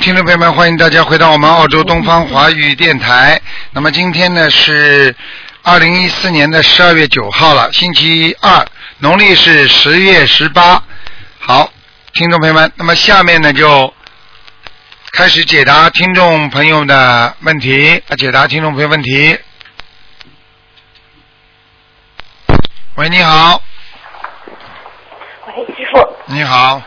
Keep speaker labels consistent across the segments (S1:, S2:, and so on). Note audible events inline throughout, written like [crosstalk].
S1: 听众朋友们，欢迎大家回到我们澳洲东方华语电台。那么今天呢是二零一四年的十二月九号了，星期二，农历是十月十八。好，听众朋友们，那么下面呢就开始解答听众朋友的问题，啊解答听众朋友问题。喂，你好，
S2: 喂，师傅，
S1: 你好，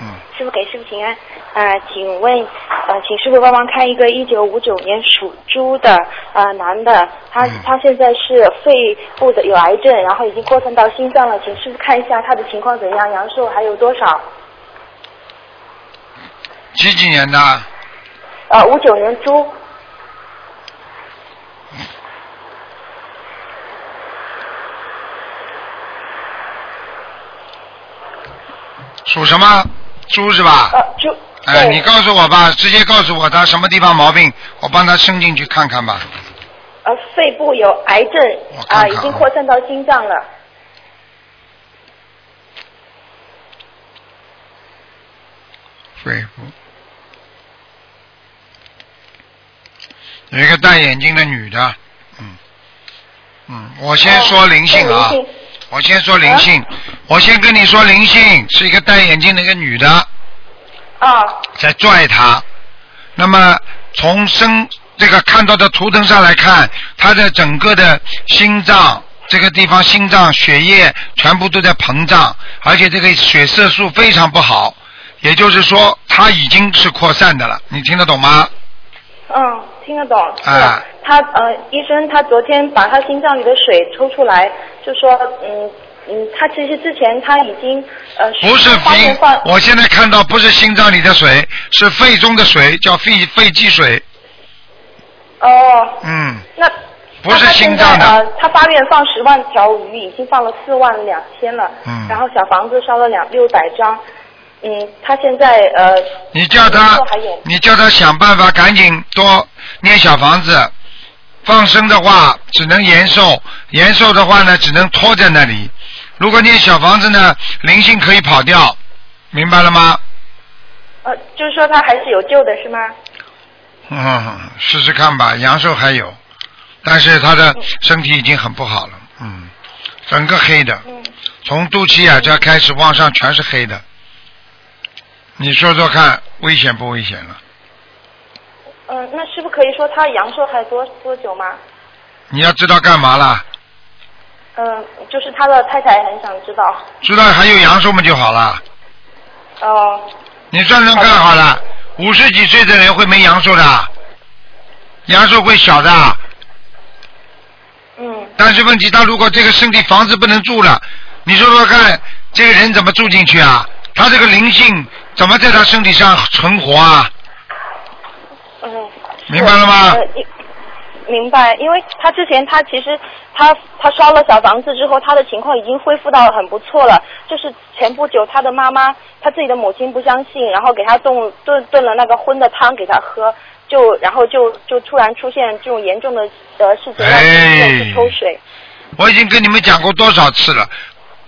S1: 嗯
S2: 师傅给师傅请安。呃，请问，呃，请师傅帮忙看一个一九五九年属猪的呃男的，他
S1: 嗯
S2: 他现在是肺部的有癌症，然后已经扩散到心脏了，请师傅看一下他的情况怎样，阳寿还有多少？
S1: 几几年的？
S2: 呃，五九年猪，
S1: 属什么？猪是吧？
S2: 呃猪，
S1: 哎，
S2: 对
S1: 你告诉我吧，直接告诉我他什么地方毛病，我帮他伸进去看看吧。
S2: 呃肺部有癌症
S1: 我看看
S2: 啊、
S1: 啊
S2: 已经扩散到心脏了，
S1: 肺部有一个戴眼镜的女的，嗯嗯，我先说灵性啊，
S2: 呃哦对灵性嗯
S1: 我先说灵性，我先跟你说灵性是一个戴眼镜的一个女的
S2: 啊
S1: 在拽他，那么从生这个看到的图腾上来看，他的整个的心脏这个地方心脏血液全部都在膨胀，而且这个血色素非常不好，也就是说他已经是扩散的了，你听得懂吗？
S2: 嗯，听得懂。是
S1: 啊
S2: 他呃，医生他昨天把他心脏里的水抽出来，就说嗯嗯，他其实之前他已经呃
S1: 不是
S2: 发
S1: 肺
S2: 现患，
S1: 我现在看到不是心脏里的水，是肺中的水，叫肺肺积水，
S2: 哦，
S1: 嗯，
S2: 那
S1: 不是心脏的
S2: 那他现在呃，他发愿放十万条鱼，已经放了四万两千了。
S1: 嗯
S2: 然后小房子烧了两六百张，嗯，他现在呃。
S1: 你叫他
S2: 工作还有，
S1: 你叫他想办法赶紧多念小房子。放生的话，只能延寿；延寿的话呢，只能拖在那里。如果念小房子呢，灵性可以跑掉，明白了吗？
S2: 呃，就是说他还是有救的是吗？
S1: 嗯，试试看吧。阳寿还有，但是他的身体已经很不好了，嗯，整个黑的，
S2: 嗯，
S1: 从肚脐眼这儿开始往上全是黑的。你说说看，危险不危险了？
S2: 嗯、那师傅可以说他阳寿还多多久吗？
S1: 你要知道干嘛啦？
S2: 嗯，就是他的太太很想知道。
S1: 知道还有阳寿嘛就好了。
S2: 哦、
S1: 你算算看好了，五十几岁的人会没阳寿的，阳寿会小的。
S2: 嗯，
S1: 但是问题，他如果这个身体房子不能住了，你说说看，这个人怎么住进去啊？他这个灵性怎么在他身体上存活啊？
S2: 嗯。
S1: 明白了吗
S2: 呃一明白，因为他之前他其实他他烧了小房子之后，他的情况已经恢复到很不错了。就是前不久他的妈妈，他自己的母亲不相信，然后给他炖炖炖了那个荤的汤给他喝，就然后就就突然出现这种严重的呃事情，让医院去抽
S1: 哎
S2: 水。
S1: 我已经跟你们讲过多少次了，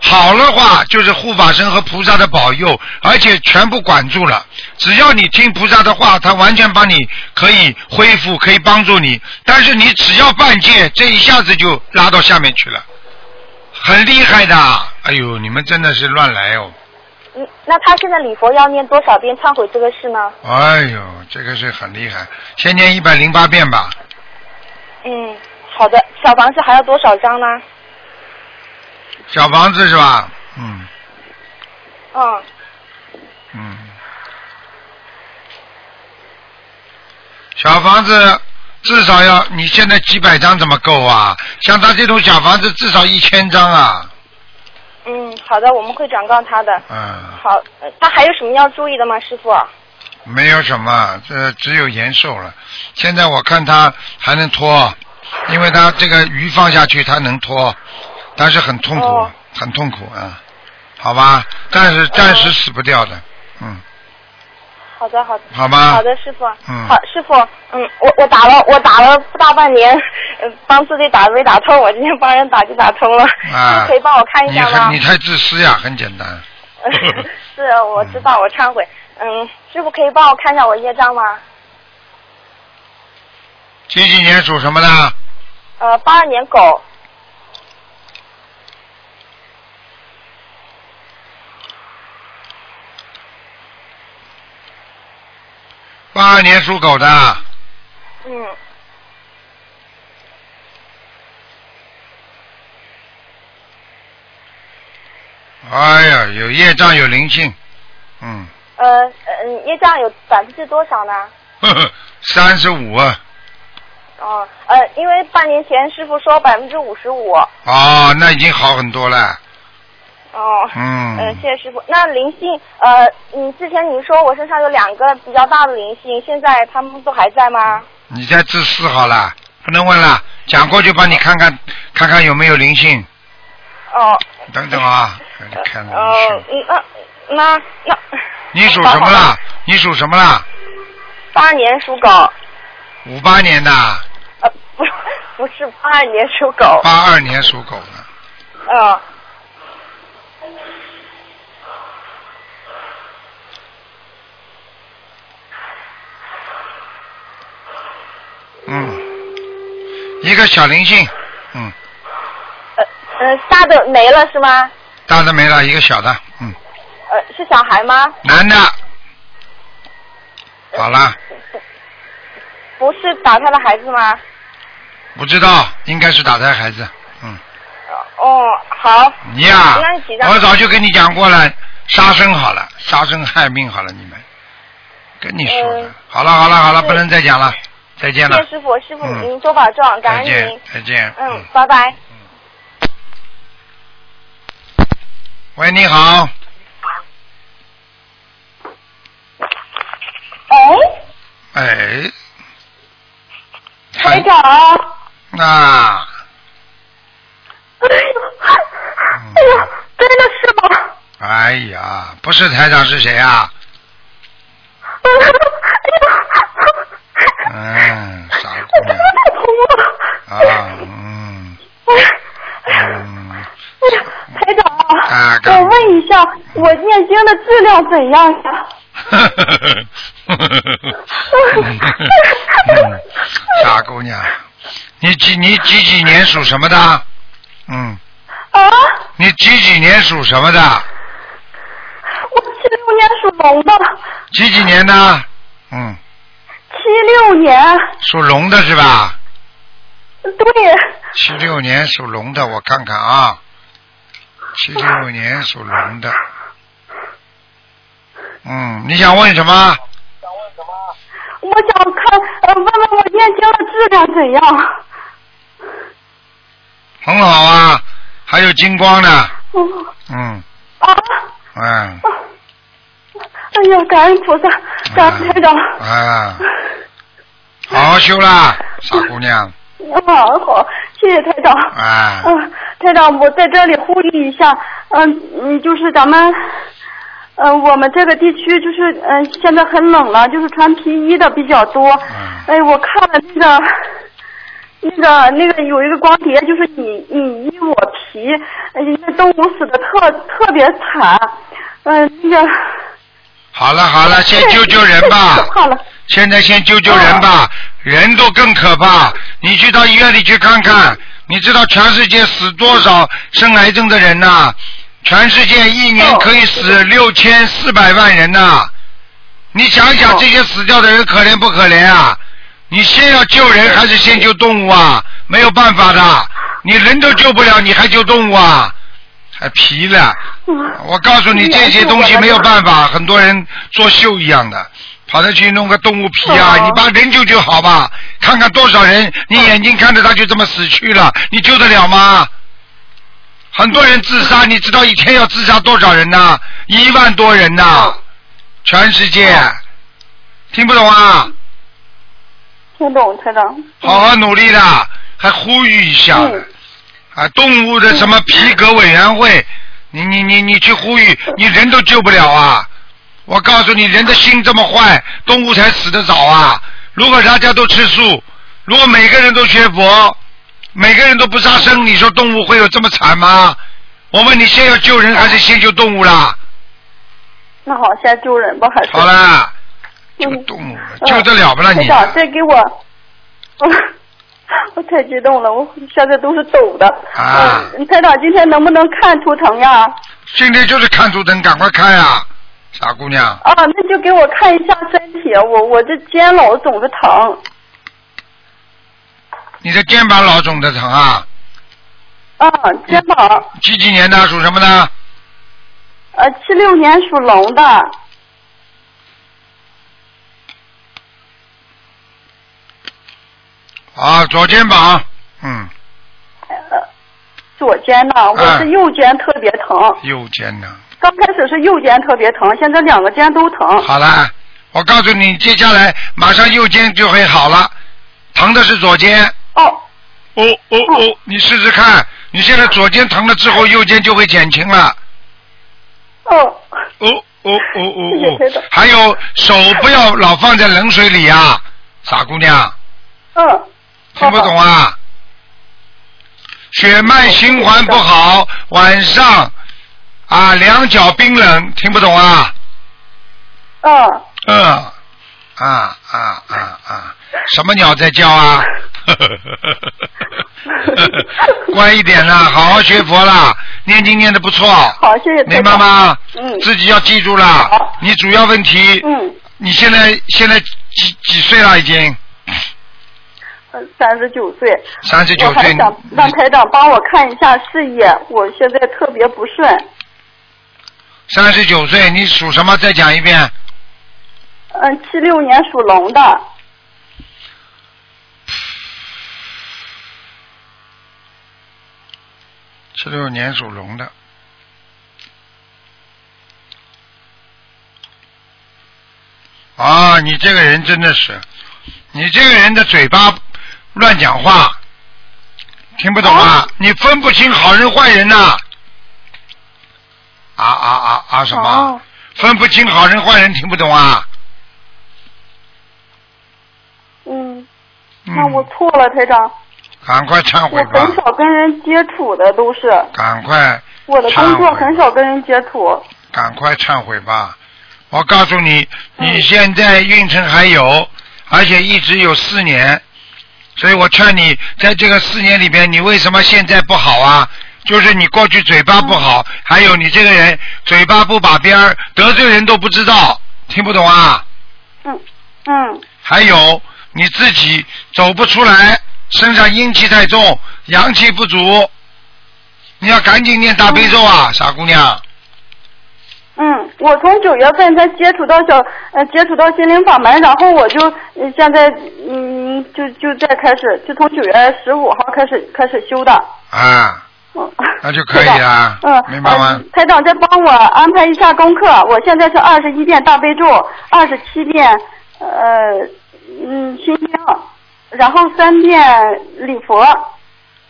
S1: 好的话就是护法神和菩萨的保佑，而且全部管住了。只要你听菩萨的话，他完全帮你可以恢复，可以帮助你。但是你只要犯戒，这一下子就拉到下面去了，很厉害的。哎呦，你们真的是乱来哦！
S2: 嗯，那他现在礼佛要念多少遍忏悔这个事呢？
S1: 哎呦，这个是很厉害，先念一百零八遍吧。
S2: 嗯，好的，小房子还要多少张呢？
S1: 小房子是吧？嗯
S2: 嗯。
S1: 嗯。小房子至少要，你现在几百张怎么够啊？像他这种小房子至少一千张啊。
S2: 嗯，好的，我们会转告他的。
S1: 嗯，
S2: 好，呃他还有什么要注意的吗，师傅？
S1: 没有什么，这只有延寿了。现在我看他还能拖，因为他这个鱼放下去他能拖，但是很痛苦，
S2: 哦
S1: 很痛苦啊。好吧，但是暂时死不掉的，嗯，
S2: 好的，好的。
S1: 好吧。
S2: 好的，师傅。
S1: 嗯
S2: 好，师傅，嗯，我我打了，我打了大半年，呃帮自己打没打通，我今天帮人打就打通了。师
S1: 啊，
S2: 傅可以帮我看一下
S1: 你很
S2: 吗 [laughs]
S1: 你？太自私呀，很简单。
S2: 是，我知道，我忏悔。嗯，师傅可以帮我看一下我业障吗？
S1: 几几年属什么的？
S2: 呃，八二年狗，
S1: 八二年属狗的，
S2: 嗯，
S1: 哎呀，有业障有灵性，嗯， [laughs]
S2: 呃，嗯，业障有百分之多少呢？
S1: 呵呵，三十五啊
S2: 哦，呃，因为半年前师傅说百分之五十五，
S1: 哦，那已经好很多了，
S2: 哦，
S1: 嗯，
S2: 嗯，谢谢师傅。那灵性，呃，你之前你说我身上有两个比较大的灵性，现在他们都还在吗？
S1: 你再自私好了，不能问了，讲过就帮你看看看看有没有灵性，
S2: 哦，
S1: 等等啊，看
S2: 呃
S1: 看灵
S2: 哦
S1: 性，，
S2: 嗯那那那，
S1: 你属什么啦？你属什么啦？
S2: 八二年属狗，
S1: 五八年的，
S2: 呃，不，不是八二年属狗，
S1: 八二年属狗的，
S2: 嗯，
S1: 嗯，一个小灵性，嗯，
S2: 呃，呃，大的没了是吗？
S1: 大的没了，一个小的，嗯，
S2: 呃，是小孩吗？
S1: 男的，好了，
S2: 不是打他的孩子吗？
S1: 不知道，应该是打胎孩子，嗯，
S2: 哦，好。
S1: 你呀、
S2: 那你几张？
S1: 我早就跟你讲过了，杀生好了，杀生害命好了，你们，跟你说的
S2: 嗯，
S1: 好了好了好了，
S2: 是
S1: 不能再讲了，再见
S2: 谢
S1: 了
S2: 谢，师傅，师傅
S1: 嗯
S2: 您多保重，感
S1: 再
S2: 恩
S1: 见
S2: 您。
S1: 再见，
S2: 嗯，拜拜。
S1: 喂，你好，
S3: 哎，
S1: 哎，
S3: 台长，
S1: 啊，
S3: 哎呀，哎呀，真的是吗？
S1: 哎呀，不是台长是谁啊？
S2: [laughs]
S3: 哎呀，
S1: 嗯，傻
S3: 我
S1: 姑
S3: 真
S1: 娘
S3: 的太疼了。
S1: 啊，嗯
S3: 哎，
S1: 嗯，
S3: 台长，
S1: 啊干
S3: 我问一下，我念经的质量怎样呀？
S1: 呵呵呵呵呵，傻姑娘，你几你几几年属什么的？嗯，
S3: 啊，
S1: 你几几年属什么的？
S3: 我七六年属龙的，
S1: 几几年的？嗯，
S3: 七六年，
S1: 属龙的是吧？
S3: 对，
S1: 七六年属龙的，我看看啊，七六年属龙的。嗯，你想问什么？
S3: 我想看，呃，问问我念经的质量怎样？
S1: 很好啊，还有金光呢。
S3: 嗯
S1: 嗯
S3: 啊。
S1: 嗯。
S3: 哎呀，感恩菩萨，感恩台长。
S1: 啊，好好修啦，傻姑娘。
S3: [laughs] 啊，好，谢谢台长。
S1: 啊，
S3: 嗯，台长，我在这里呼吁一下，嗯，嗯，就是咱们，嗯，我们这个地区就是，嗯，现在很冷了，就是穿皮衣的比较多。
S1: 嗯
S3: 哎，我看了那个。那个那个有一个光碟，就是你你衣我皮，哎呀，那动物死的特特别惨，嗯、那个
S1: 好了好
S3: [laughs] 嗯
S1: 了，先救救人吧
S3: 太可。怕了，
S1: 现在先救救人吧，人都更可怕。你去到医院里去看看，你知道全世界死多少生癌症的人呐、全世界一年可以死六千四百万人呐、你想想这些死掉的人可怜不可怜啊？你先要救人还是先救动物啊？没有办法的，你人都救不了，你还救动物啊？还皮了。
S3: 嗯
S1: 我告诉你，这些东西没有办法，很多人做秀一样的，跑着去弄个动物皮啊，
S3: 哦
S1: 你把人救救好吧，看看多少人，你眼睛看着他就这么死去了，你救得了吗？很多人自杀，你知道一天要自杀多少人呐？一万多人呐，全世界，听不懂啊？
S3: 听懂台长。
S1: 好好努力啦，还呼吁一下呢
S3: 嗯
S1: 啊，动物的什么皮革委员会，你你你你去呼吁，你人都救不了啊！我告诉你，人的心这么坏，动物才死得早啊！如果大家都吃素，如果每个人都学佛，每个人都不杀生，你说动
S3: 嗯
S1: 物会有这么惨吗？我问你，先要救人还是先救动物啦？
S3: 那好，先救人吧，还是
S1: 好啦，救
S3: 嗯
S1: 动物了，
S3: 嗯
S1: 救得了不啦
S3: 台
S1: 你？
S3: 长，再给我， [laughs] 我我太激动了，我现在都是抖的。
S1: 啊
S3: 嗯台长，今天能不能看图腾呀？
S1: 今天就是看图腾，赶快看啊，傻姑娘，
S3: 啊，那就给我看一下身体，我我这肩老总是疼。
S1: 你的肩膀老肿的疼啊，
S3: 啊，
S1: 嗯
S3: 肩膀，
S1: 几几年的属什么的？
S3: 呃，七六年属龙的，
S1: 啊，左肩膀，嗯，
S3: 呃，左肩呐，我
S1: 嗯
S3: 是右肩特别疼。
S1: 右肩呢？
S3: 刚开始是右肩特别疼，现在两个肩都疼。
S1: 好啦，我告诉你，接下来马上右肩就会好了，疼的是左肩。
S3: 哦，
S1: 哦哦哦，你试试看，你现在左肩疼了之后，右肩就会减轻了。
S3: 哦，
S1: 哦哦哦哦
S3: 谢谢台长
S1: 哦，还有手不要老放在冷水里啊，傻姑娘，
S3: 嗯。
S1: 听不懂啊？血脉循环不好，晚上啊两脚冰冷，听不懂啊？
S3: 嗯，
S1: 嗯，啊啊啊啊！什么鸟在叫
S3: [laughs]
S1: 啊？乖一点啦，好好学佛啦，念经念的不错，
S3: 好，谢谢台
S1: 明
S3: 长。
S1: 白吗？
S3: 嗯
S1: 自己要记住啦
S3: 好。
S1: 你主要问题，
S3: 嗯，
S1: 你现在现在几几岁了？已经
S3: 三十九岁。
S1: 三十九
S3: 我还
S1: 岁。
S3: 想让台长帮我看一下事业，我现在特别不顺。
S1: 三十九岁，你属什么？再讲一遍。
S3: 嗯，七六年属龙的。
S1: 七六年属龙的。啊，你这个人真的是，你这个人的嘴巴乱讲话，听不懂
S3: 哦
S1: 啊？你分不清好人坏人呐、啊啊啊啊！什么？
S3: 哦
S1: 分不清好人坏人，听不懂啊？
S3: 嗯，
S1: 嗯
S3: 那我错了，台长，
S1: 赶快忏
S3: 我
S1: 悔吧
S3: 很！少跟人接触的，都是
S1: 赶快
S3: 我的工
S1: 忏
S3: 作
S1: 悔
S3: 很少跟人接触。
S1: 赶快忏悔吧！我告诉你，
S3: 嗯
S1: 你现在运程还有，而且一直有四年，所以我劝你，在这个四年里边，你为什么现在不好啊？就是你过去嘴巴不好，
S3: 嗯
S1: 还有你这个人嘴巴不把边儿，得罪人都不知道，听不懂啊？
S3: 嗯嗯
S1: 还有你自己走不出来，身上阴气太重，阳气不足，你要赶紧念大悲咒啊，傻姑娘。
S3: 嗯，我从九月份才接触到小呃接触到心灵法门，然后我就、呃现在嗯就就再开始，就从九月十五号开始开始修的。
S1: 啊，
S3: 嗯 [laughs]
S1: 那就可以啦
S3: 嗯，
S1: 明白吗
S3: 呃台长，再帮我安排一下功课。我现在是二十一遍大悲咒，二十七遍呃嗯心经，然后三遍礼佛，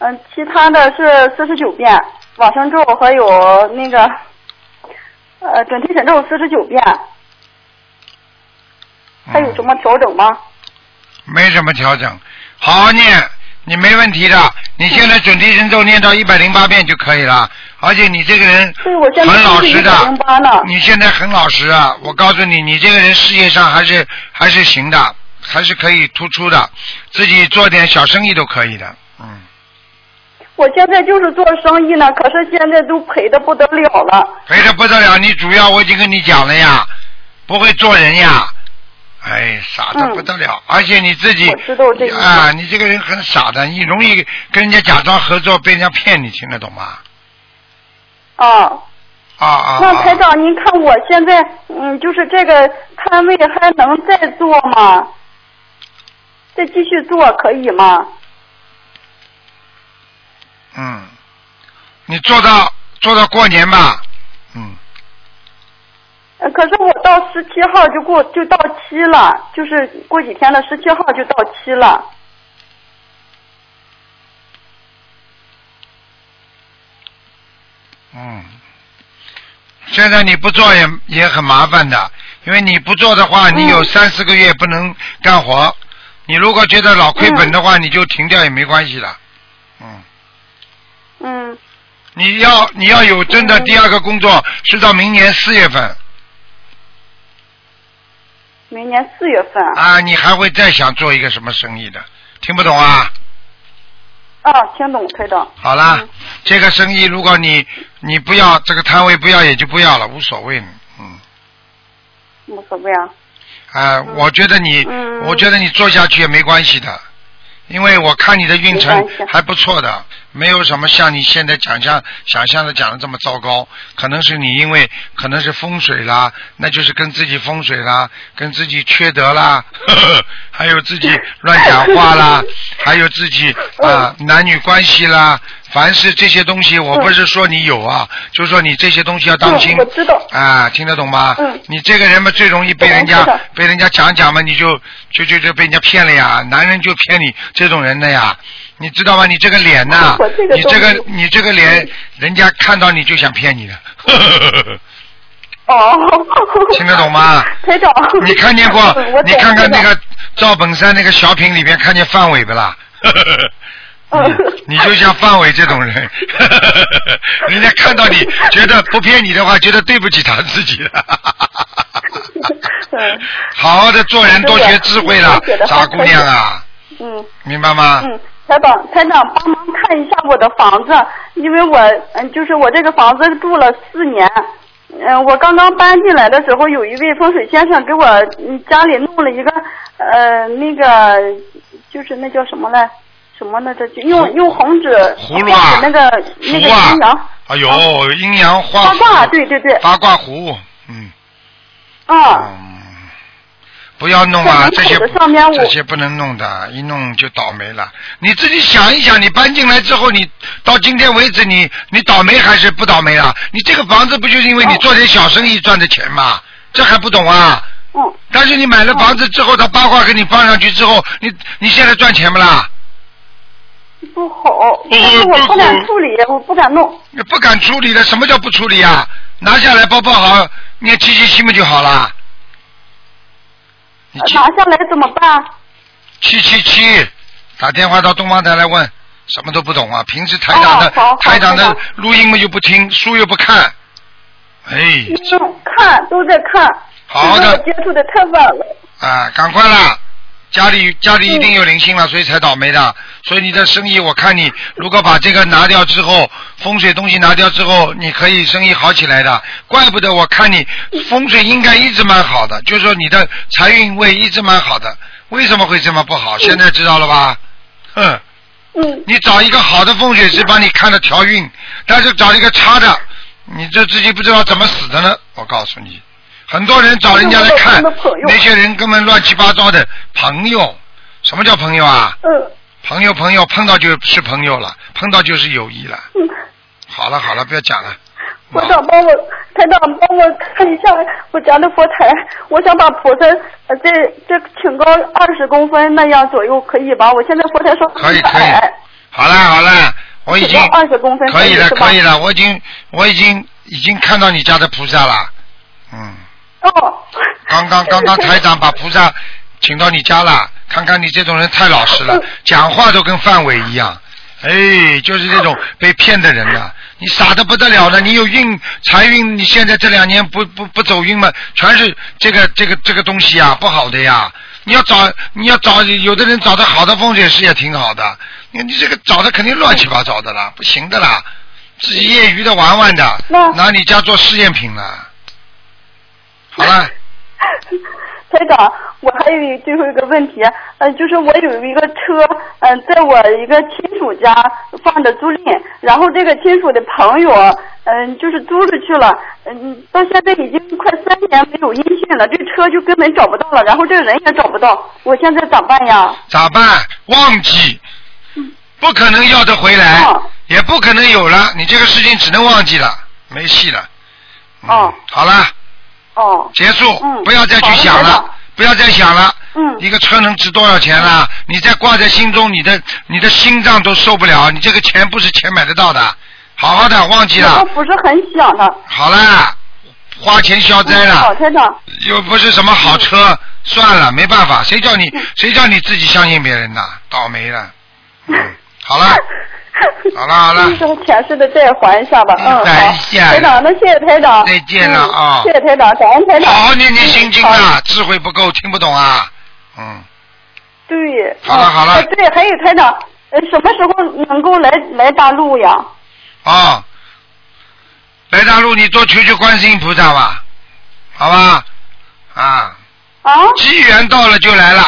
S3: 嗯、其他的是四十九遍往生咒和有那个呃准提神咒四十九遍。还
S1: 嗯
S3: 有什么调整吗？
S1: 没什么调整，好好念，你没问题的。你现在准提神咒念到一百零八遍就可以了，而且你这个人
S3: 对，我现在
S1: 很老
S3: 是
S1: 实
S3: 一
S1: 的
S3: 百零八呢。
S1: 你现在很老实啊！我告诉你，你这个人事业上还是还是行的，还是可以突出的，自己做点小生意都可以的。嗯，
S3: 我现在就是做生意呢，可是现在都赔的不得了了。
S1: 赔的不得了，你主要我已经跟你讲了呀，不会做人呀，哎，傻的不得了，而且你自己
S3: 嗯我知道这个
S1: 啊，你这个人很傻的，你容易跟人家假装合作，被人家骗，你听得懂吗？
S3: 啊，
S1: 啊啊！
S3: 那台
S1: 啊
S3: 长，您看我现在，嗯，就是这个摊位还能再做吗？再继续做可以吗？
S1: 嗯，你做到做到过年吧，嗯，
S3: 呃可是我到十七号就过就到期了，就是过几天了，十七号就到期了。
S1: 嗯，现在你不做也也很麻烦的，因为你不做的话，你有
S3: 嗯
S1: 三四个月不能干活。你如果觉得老亏本的话，你就停掉也没关系的。嗯，
S3: 嗯，
S1: 你要你要有真的
S3: 嗯
S1: 第二个工作是到明年四月份，
S3: 明年四月份。
S1: 啊，你还会再想做一个什么生意的？听不懂啊？
S3: 哦，听懂，台长。
S1: 好啦，
S3: 嗯
S1: 这个生意如果你你不要这个摊位不要也就不要了，无所谓，嗯。
S3: 无所谓啊。
S1: 啊，我觉得你，
S3: 嗯
S1: 我觉得你做下去也没关系的，因为我看你的运程
S3: 没关系
S1: 还不错的，没有什么像你现在讲像想象的讲的这么糟糕。可能是你因为可能是风水啦，那就是跟自己风水啦，跟自己缺德啦， [laughs] 呵呵还有自己乱讲话啦，还有自
S3: [laughs]
S1: 己啊男女关系啦，凡是这些东西，我不是说你有啊，就是说你这些东西要当心
S3: 嗯，我知道。
S1: 啊，听得懂吗？
S3: 嗯
S1: 你这个人嘛，最容易被人家
S3: 懂懂
S1: 被人家讲讲嘛，你就就就就被人家骗了呀。男人就骗你这种人的呀，你知道吗？你这个脸呐、
S3: 我这个
S1: 你这个
S3: 东西
S1: 你这个脸，人家看到你就想骗 [laughs] 你的。
S3: 哦。
S1: 啊听得懂吗？
S3: [laughs] 台长。
S1: [laughs] 你看见过
S3: [laughs] 嗯我？懂
S1: 你看看那
S3: 知道
S1: 个赵本山那个小品里边看见范伟不
S3: [laughs]
S1: 啦？
S3: 嗯
S1: [laughs] 你就像范伟这种人， [laughs] 人家看到
S3: [laughs]
S1: 你觉得不骗你的话，觉得对不起他自己了。
S3: 嗯
S1: [laughs] 好好的做人，多学智慧了
S3: 我觉得，
S1: 傻姑娘啊，
S3: 嗯。
S1: 明白吗？
S3: 嗯，台长，台长帮忙看一下我的房子，因为我嗯，就是我这个房子住了四年。嗯，我刚刚搬进来的时候，有一位风水先生给我嗯家里弄了一个呃那个，就是那叫什么来，什么呢？这就用用红纸
S1: 葫芦啊
S3: 画的那个那个
S1: 符啊
S3: 阴阳，
S1: 哎呦，阴阳花
S3: 八
S1: 符
S3: 卦，对对对，
S1: 八卦壶，嗯
S3: 啊，
S1: 嗯，不要弄啊这
S3: 在门，口
S1: 些
S3: 的上面我
S1: 这些不能弄的，一弄就倒霉了。你自己想一想，你搬进来之后，你到今天为止，你你倒霉还是不倒霉啊？你这个房子不就是因
S3: 哦
S1: 为你做点小生意赚的钱吗？这还不懂啊？
S3: 嗯，
S1: 但是你买了房子之后，他八卦给你放上去之后，你你现在赚钱不啦？
S3: 嗯不好，但是我不敢处理，我不敢弄，
S1: 你不敢处理的，什么叫不处理啊？拿下来包包好，念七七七嘛就好啦。你七
S3: 拿下来怎么办？
S1: 七七七，打电话到东方台来问，什么都不懂啊！平时台长的、
S3: 哦好好
S1: 台长
S3: 台
S1: 的
S3: 长
S1: 录音嘛又不听，书又不看，哎
S3: 因为我看都在看，
S1: 好的
S3: 嗯只是嗯我接触的太晚了。
S1: 啊，赶快啦！家里家
S3: 嗯
S1: 里一定有灵性了，所以才倒霉的。所以你的生意，我看你如果把这个拿掉之后，风水东西拿掉之后，你可以生意好起来的。怪不得我看你风水应该一直蛮好的，就是说你的财运位一直蛮好的，为什么会这么不好？现在知道了吧？嗯。
S3: 嗯，
S1: 你找一个好的风水师帮你看着调运，但是找一个差的，你这自己不知道怎么死的呢。我告诉你，很多人找人家来看
S3: 那我有朋友，
S1: 那些人根本乱七八糟的朋友。什么叫朋友啊？
S3: 嗯
S1: 朋友朋友碰到就是朋友了，碰到就是友谊了。
S3: 嗯，
S1: 好了好了，不要讲了。
S3: 我长帮我，台长帮我看一下我家的佛台，我想把菩萨呃这这挺高二十公分那样左右，可以吧？我现在佛台稍
S1: 可以
S3: 微
S1: 可以
S3: 矮，
S1: 好了好了，我已经
S3: 只到20公分
S1: 可以了
S3: 是吧
S1: 可以了，我已经我已经已经看到你家的菩萨了，嗯。
S3: 哦，
S1: 刚刚刚
S3: [laughs]
S1: 刚台长把菩萨请到你家了，看看你这种人太老实了，讲话都跟范伟一样，哎，就是这种被骗的人呐，你傻的不得了了，你有运财运，你现在这两年不不不走运嘛，全是这个这个这个东西啊，不好的呀。你要找你要找有的人找的好的风水师也挺好的，你你这个找的肯定乱七八糟的啦，不行的啦，自己业余的玩玩的
S3: 那，
S1: 拿你家做试验品了。好了。
S3: [laughs] 台长，我还有一最后一个问题，呃，就是我有一个车，嗯、在我一个亲属家放着租赁，然后这个亲属的朋友，嗯、就是租出去了，嗯、到现在已经快三年没有音讯了，这车就根本找不到了，然后这个人也找不到，我现在咋办呀？
S1: 咋办？忘记，不可能要得回来
S3: 哦，
S1: 也不可能有了。你这个事情只能忘记了，没戏了。嗯
S3: 哦
S1: 好了，
S3: 哦，
S1: 结束，
S3: 嗯
S1: 不要再去想
S3: 好的
S1: 了，不要再想了。
S3: 嗯
S1: 一个车能值多少钱啦？你再挂在心中，你的你的心脏都受不了。你这个钱不是钱买得到的，好好的忘记
S3: 我
S1: 了
S3: 都，不是很想的。
S1: 好了，花钱消灾了。
S3: 嗯好，嗯台长，
S1: 又不是什么好车，算了，没办法，
S3: 嗯 [laughs]
S1: 谁叫你谁叫你自己相信别人的，倒霉了。嗯，好了，好了好了
S3: 就是说前世的债还一下吧，
S1: 嗯
S3: 嗯，好，
S1: 还一下
S3: 台长，那谢谢台长，
S1: 再见了啊
S3: 嗯谢谢台长，感恩台长，嗯
S1: 好好念念心经
S3: 好
S1: 啊，智慧不够，听不懂啊。嗯，
S3: 对，
S1: 好了
S3: 嗯
S1: 好了
S3: 哎对，还有台长，呃，什么时候能够来来大陆呀？
S1: 哦，来大陆你多求求观世音菩萨吧，好吧？啊，
S3: 啊？
S1: 机缘到了就来了，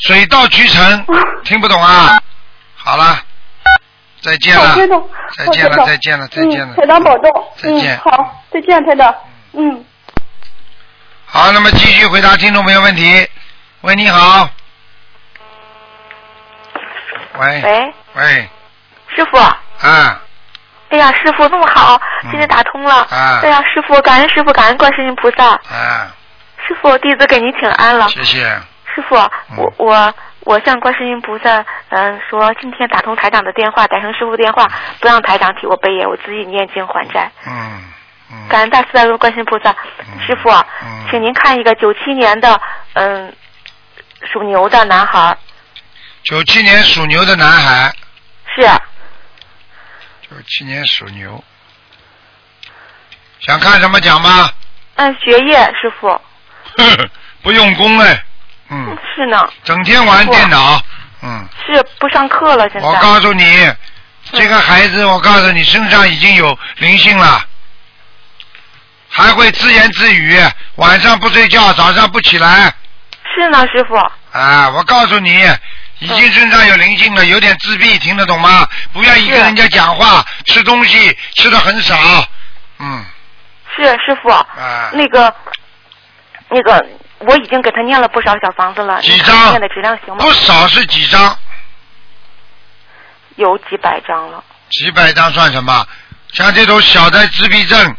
S1: 水到渠成，听不懂啊？好了，再见
S3: 好，
S1: 了
S3: 台长，，
S1: 再
S3: 好
S1: 见
S3: 台长
S1: 了，再见了，再见了
S3: 嗯，。台长保重，
S1: 再见
S3: 嗯，好，再见，台长，嗯。
S1: 好，那么继续回答听众朋友问题。喂，你好。喂
S4: 喂，
S1: 喂，
S4: 师傅，
S1: 啊，
S4: 哎呀，师傅那么好，
S1: 嗯
S4: 今天打通了。
S1: 啊
S4: 哎呀，师傅，感恩师傅，感恩观世音菩萨。
S1: 啊，
S4: 师傅，弟子给您请安了。
S1: 谢谢。
S4: 师傅，我我我向观世音菩萨，嗯、说今天打通台长的电话，打通师傅电话，不让台长替我背业，我自己念经还债。
S1: 嗯嗯。
S4: 感恩大慈大悲观世音菩萨，
S1: 嗯
S4: 师傅，
S1: 嗯
S4: 请您看一个九七年的，嗯，属牛的男孩，
S1: 九七年属牛的男孩，
S4: 是啊
S1: 九七年属牛，想看什么讲吗？ [laughs]
S4: 嗯学业，师傅、
S1: 呵呵不用功哎，嗯，
S4: 是呢，
S1: 整天玩电脑，嗯，
S4: 是不上课了现在。
S1: 我告诉你，这个孩子，我告诉你，身上已经有灵性了，还会自言自语，晚上不睡觉，早上不起来，
S4: 是呢，师傅。
S1: 啊，我告诉你，
S4: 嗯
S1: 已经身上有灵性了，有点自闭，听得懂吗？不愿意跟
S4: 是
S1: 人家讲话，吃东西吃的很少，嗯，
S4: 是师傅，
S1: 啊，
S4: 那个，那个，我已经给他念了不少小房子了，
S1: 几
S4: 你看
S1: 张
S4: 他念的质量行吗
S1: 不？少是几张，
S4: 有几百张了。
S1: 几百张算什么？像这种小的自闭症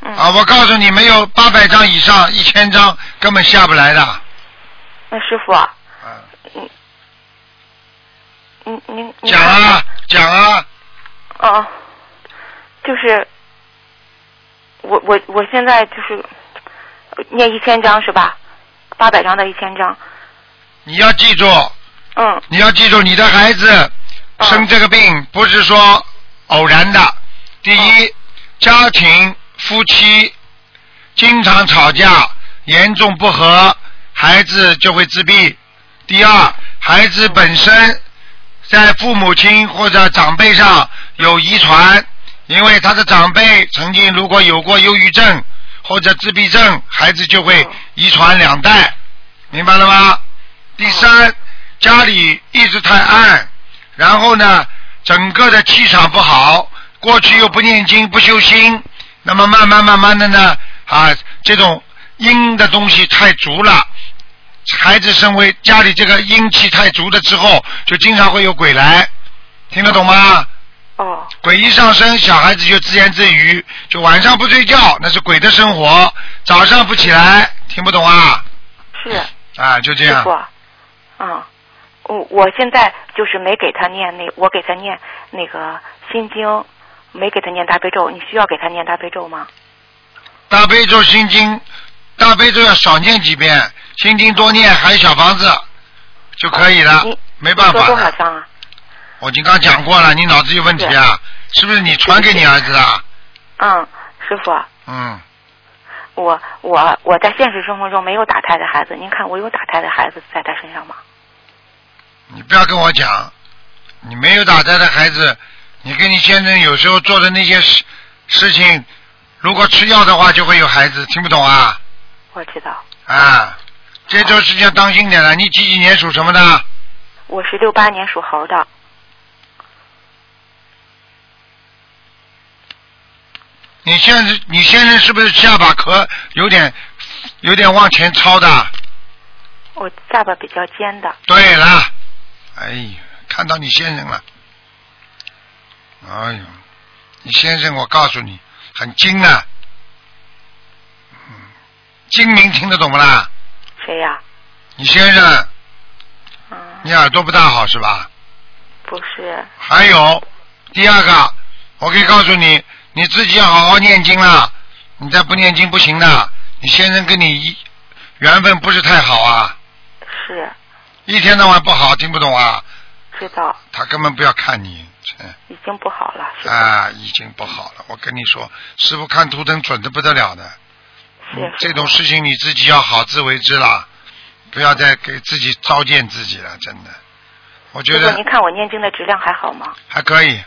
S4: 嗯，
S1: 啊，我告诉你，没有八百张以上，一千张根本下不来的。
S4: 那师傅，啊
S1: 嗯，
S4: 您您您
S1: 讲啊，讲啊，
S4: 看看，哦，就是，我我我现在就是念一千张是吧？八百张到一千张，
S1: 你要记住，
S4: 嗯
S1: 你要记住，你的孩子
S4: 嗯
S2: 哦
S1: 生这个病不是说偶然的。第一，家庭夫妻经常吵架，严重不和，孩子就会自闭。第二，孩子本身在父母亲或者长辈上有遗传，因为他的长辈曾经如果有过忧郁症或者自闭症，孩子就会
S4: 嗯
S1: 遗传两代，明白了吗？第三，家里一直太暗，然后呢，整个的气场不好，过去又不念经不修心，那么慢慢慢慢的呢，啊，这种阴的东西太足了，孩子身为家里这个阴气太足了之后，就经常会有鬼来，听得懂吗？
S4: 哦
S1: 鬼一上身，小孩子就自言自语，就晚上不睡觉，那是鬼的生活；早上不起来，听不懂啊？
S4: 是
S1: 啊，就这
S4: 师
S1: 样
S4: 傅，。啊，我我现在就是没给他念那，我给他念那个心经，没给他念大悲咒。你需要给他念大悲咒吗？
S1: 大悲咒心经，大悲咒要少念几遍，心经多念，还有小房子就可以了
S4: 你，
S1: 没办
S4: 嗯你说
S1: 法
S4: 多少
S1: 的。
S4: 张啊？
S1: 我已经刚讲过了，你脑子有问题啊？是不是你传给你儿子啊？
S4: 嗯，师傅，
S1: 嗯，
S4: 我我我在现实生活中没有打胎的孩子，您看我有打胎的孩子在他身上吗？
S1: 你不要跟我讲，你没有打胎的孩子，你跟你先生有时候做的那些事事情，如果吃药的话就会有孩子，听不懂啊？
S4: 我知道，
S1: 啊，这种事情要当心点了。你几几年属什么的？
S4: 我是六八年属猴的，
S1: 你现在你先生是不是下巴壳有点有点往前抄的？
S4: 我下巴比较尖的。
S1: 对了，哎呦，看到你先生了，哎呦，你先生我告诉你很精啊，嗯，精明听得懂不啦？
S4: 谁呀、
S1: 你先生，
S4: 嗯，
S1: 你耳朵不大好是吧？
S4: 不是，
S1: 还有第二个，我可以告诉你，你自己要好好念经了，你再不念经不行的。你先生跟你一缘分不是太好啊，
S4: 是
S1: 一天到晚不好，听不懂啊。
S4: 知道。
S1: 他根本不要看你，嗯
S4: 已经不好了，是
S1: 啊，已经不好了。我跟你说，师傅看图腾准的不得了的。
S4: 是
S1: 这种事情你自己要好自为之啦，不要再给自己糟践自己了，真的。我觉
S4: 师傅，
S1: 得
S4: 您看我念经的质量还好吗？
S1: 还可以，啊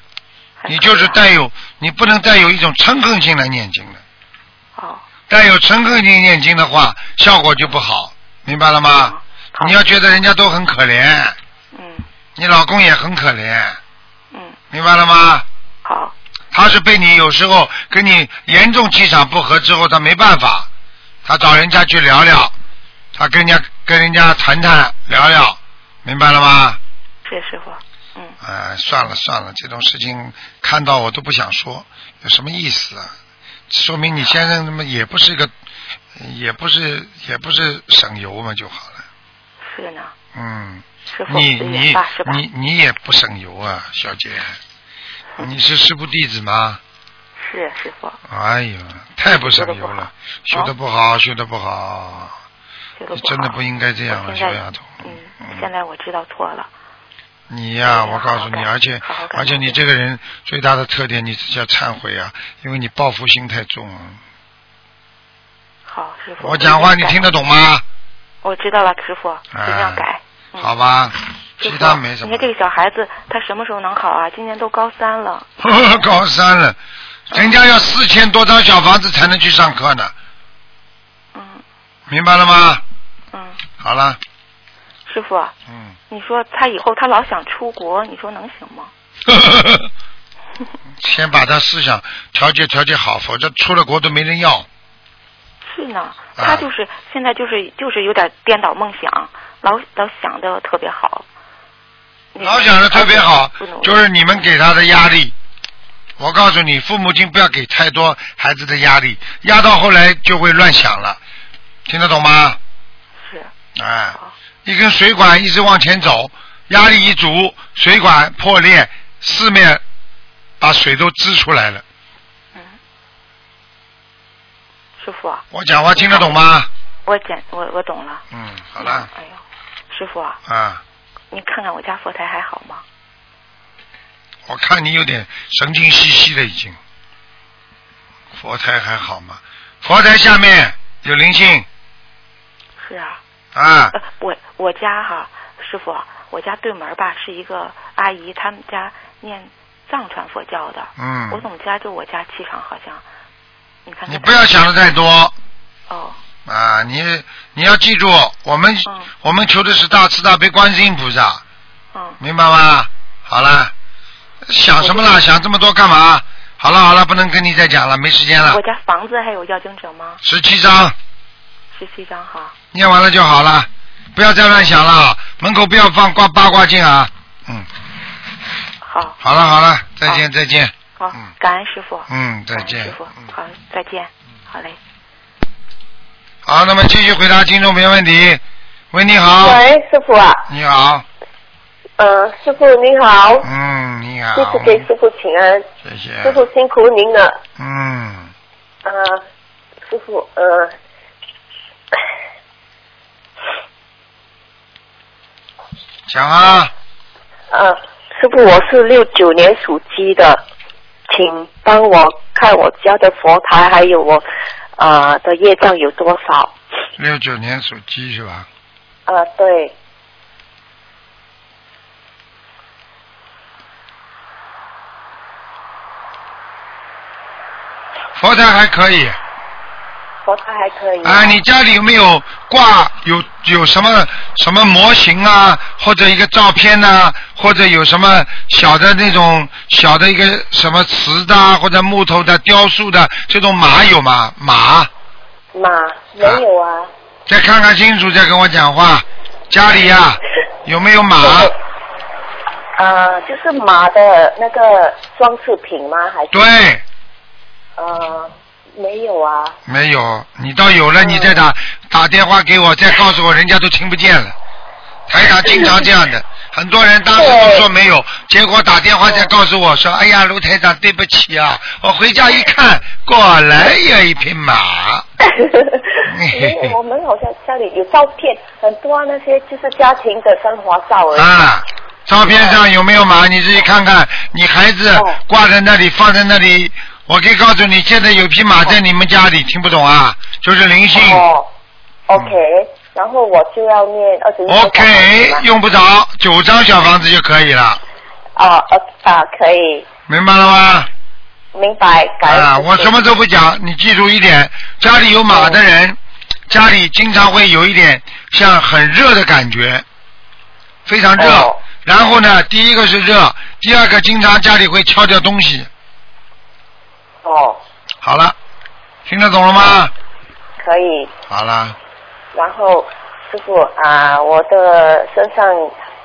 S4: 还
S1: 你
S4: 可以
S1: 就是
S4: 啊
S1: 带有，你不能带有一种嗔恨心来念经了。
S4: 哦，
S1: 带有嗔恨心念经的话，效果就不好，明白了吗？
S4: 好
S1: 你要觉得人家都很可怜，
S4: 嗯
S1: 你老公也很可怜，
S4: 嗯
S1: 明白了吗？
S4: 好
S1: 他是被你有时候跟你严重气场不合之后，他没办法，他找人家去聊聊，他跟人家跟人家谈谈聊聊，明白了吗？
S4: 谢谢师傅，嗯
S1: 哎，算了算了，这种事情看到我都不想说，有什么意思啊？说明你先生他妈也不是个，也不是也不是省油嘛就好了。
S4: 是呢，
S1: 嗯，
S4: 师傅
S1: 你
S4: 随缘
S1: 你
S4: 吧是吧？
S1: 你你也不省油啊，小姐，你是师傅弟子吗？
S4: 是师傅，
S1: 哎呀，太不省油了，修
S4: 修
S1: 的
S4: 得
S1: 不好，修的不好，
S4: 这个
S1: 你真的
S4: 好
S1: 不应该这样
S4: 我
S1: 啊，小
S4: 现在
S1: 丫头。
S4: 嗯，现在我知道错了，
S1: 你呀、
S4: 对
S1: 我告诉
S4: 好
S1: 你，
S4: 好改
S1: 而且
S4: 好好改
S1: 而且你这个人最大的特点，你自己要忏悔啊，因为你报复心太重啊。
S4: 好师傅。
S1: 我讲话你听得懂吗？
S4: 我知道了，师傅，尽量改。嗯
S1: 好吧，
S4: 师
S1: 其
S4: 傅
S1: 他没什
S4: 你
S1: 么
S4: 看。这个小孩子，他什么时候能好啊？今年都高三了。
S1: [laughs] 高三了，人家要四千多张小房子才能去上课呢，
S4: 嗯
S1: 明白了吗？
S4: 嗯，
S1: 好了，
S4: 师傅，
S1: 嗯， [laughs]
S4: 你说他以后他老想出国，你说能行吗？
S1: 先把他思想调节调节好，否则出了国都没人要。
S4: 是呢，
S1: 啊
S4: 他就是、现在就是就是有点颠倒梦想，老老想的特别好。
S1: 老想的特别好
S4: 嗯不努，力
S1: 就是你们给他的压力。我告诉你，父母亲不要给太多孩子的压力，压到后来就会乱想了，听得懂吗？
S4: 是
S1: 哎
S4: 好，
S1: 一根水管一直往前走，压力一足，水管破裂，四面把水都支出来了。
S4: 嗯。师傅，啊
S1: 我讲话听得懂吗？
S4: 我简我我懂了。
S1: 嗯，好了，
S4: 哎呦，师傅，
S1: 啊，
S4: 你看看我家佛台还好吗？
S1: 我看你有点神经兮兮的已经。佛台还好吗？佛台下面有灵性
S4: 是啊。
S1: 啊
S4: 呃，我我家哈，师傅，啊我家对门儿吧是一个阿姨，他们家念藏传佛教的。
S1: 嗯
S4: 我总家就我家气场好像，你 [laughs] 看看
S1: 你不要想的太多
S4: 哦，
S1: 啊！你你要记住，我们、
S4: 嗯
S1: 我们求的是大慈大悲观世音菩萨，
S4: 嗯，
S1: 明白吗？好了，想什么啦？想这么多干嘛？好了好了，不能跟你再讲了，没时间了
S4: 我。家房子还有要经者吗？
S1: 十七章
S4: 十七张哈，
S1: 念完了就好了，不要再乱想了啊！门口不要放挂八卦镜啊！嗯，
S4: 好，
S1: 好了好了，再见
S4: 好
S1: 再见，
S4: 好
S1: 嗯，
S4: 感恩师傅，
S1: 嗯再
S4: 感恩师
S1: 见
S4: 傅，。
S1: 嗯
S4: 好，再见，好嘞。
S1: 好，那么继续回答听众朋友问题。喂，你好，
S5: 喂，师傅啊，
S1: 你好，
S5: 呃，师傅您好，
S1: 嗯，你好嗯
S5: 弟，子给师傅请安，
S1: 谢谢，
S5: 师傅辛苦您了，
S1: 嗯，
S5: 呃，师傅呃，
S1: 讲啊，
S5: 呃，师傅我是六九年属鸡的，请帮我看我家的佛台还有我呃的业障有多少？
S1: 六九年属鸡是吧？
S5: 呃，对，
S1: 佛台还可以。
S5: 佛台还可以。
S1: 啊，你家里有没有挂有有什么什么模型啊，或者一个照片呐、或者有什么小的那种小的一个什么瓷的啊或者木头的雕塑的这种马有吗？马，
S5: 妈没有啊，
S1: 再看看清楚再跟我讲话。家里呀、有没有马？
S5: 呃，就是马的那个装饰品吗？还是
S1: 对，
S5: 呃没有啊？
S1: 没有。你到有了你再
S5: 哦
S1: 打打电话给我，再告诉我，人家都听不见了。台长经常这
S5: 哦
S1: 样的，很多人当时都说没有，结果打电话再告诉我说：“哎呀，卢台长，对不起啊，我回家一看，果然有一匹马。
S5: [laughs] 没有，我们好像家里有照片，很多那些就是家庭的生活照而已。
S1: 啊，照片上有没有码？你自己看看，你孩子
S5: 哦
S1: 挂在那里，放在那里。我可以告诉你，现在有匹马在你们家里，听不懂啊？就是灵性。
S5: 哦，OK，然后我就要念二十一
S1: OK，用不着九张小房子就可以了，
S5: 啊啊啊，可以，
S1: 明白了吗？
S5: 明白，感恩
S1: 啊，
S5: 师父
S1: 我什么都不讲，你记住一点，家里有马的人，家里经常会有一点像很热的感觉，非常热。
S5: 哦
S1: 然后呢，第一个是热，第二个经常家里会敲掉东西。
S5: 哦，
S1: 好了，听得懂了吗？
S5: 可以，
S1: 好了，
S5: 然后师傅啊，我的身上，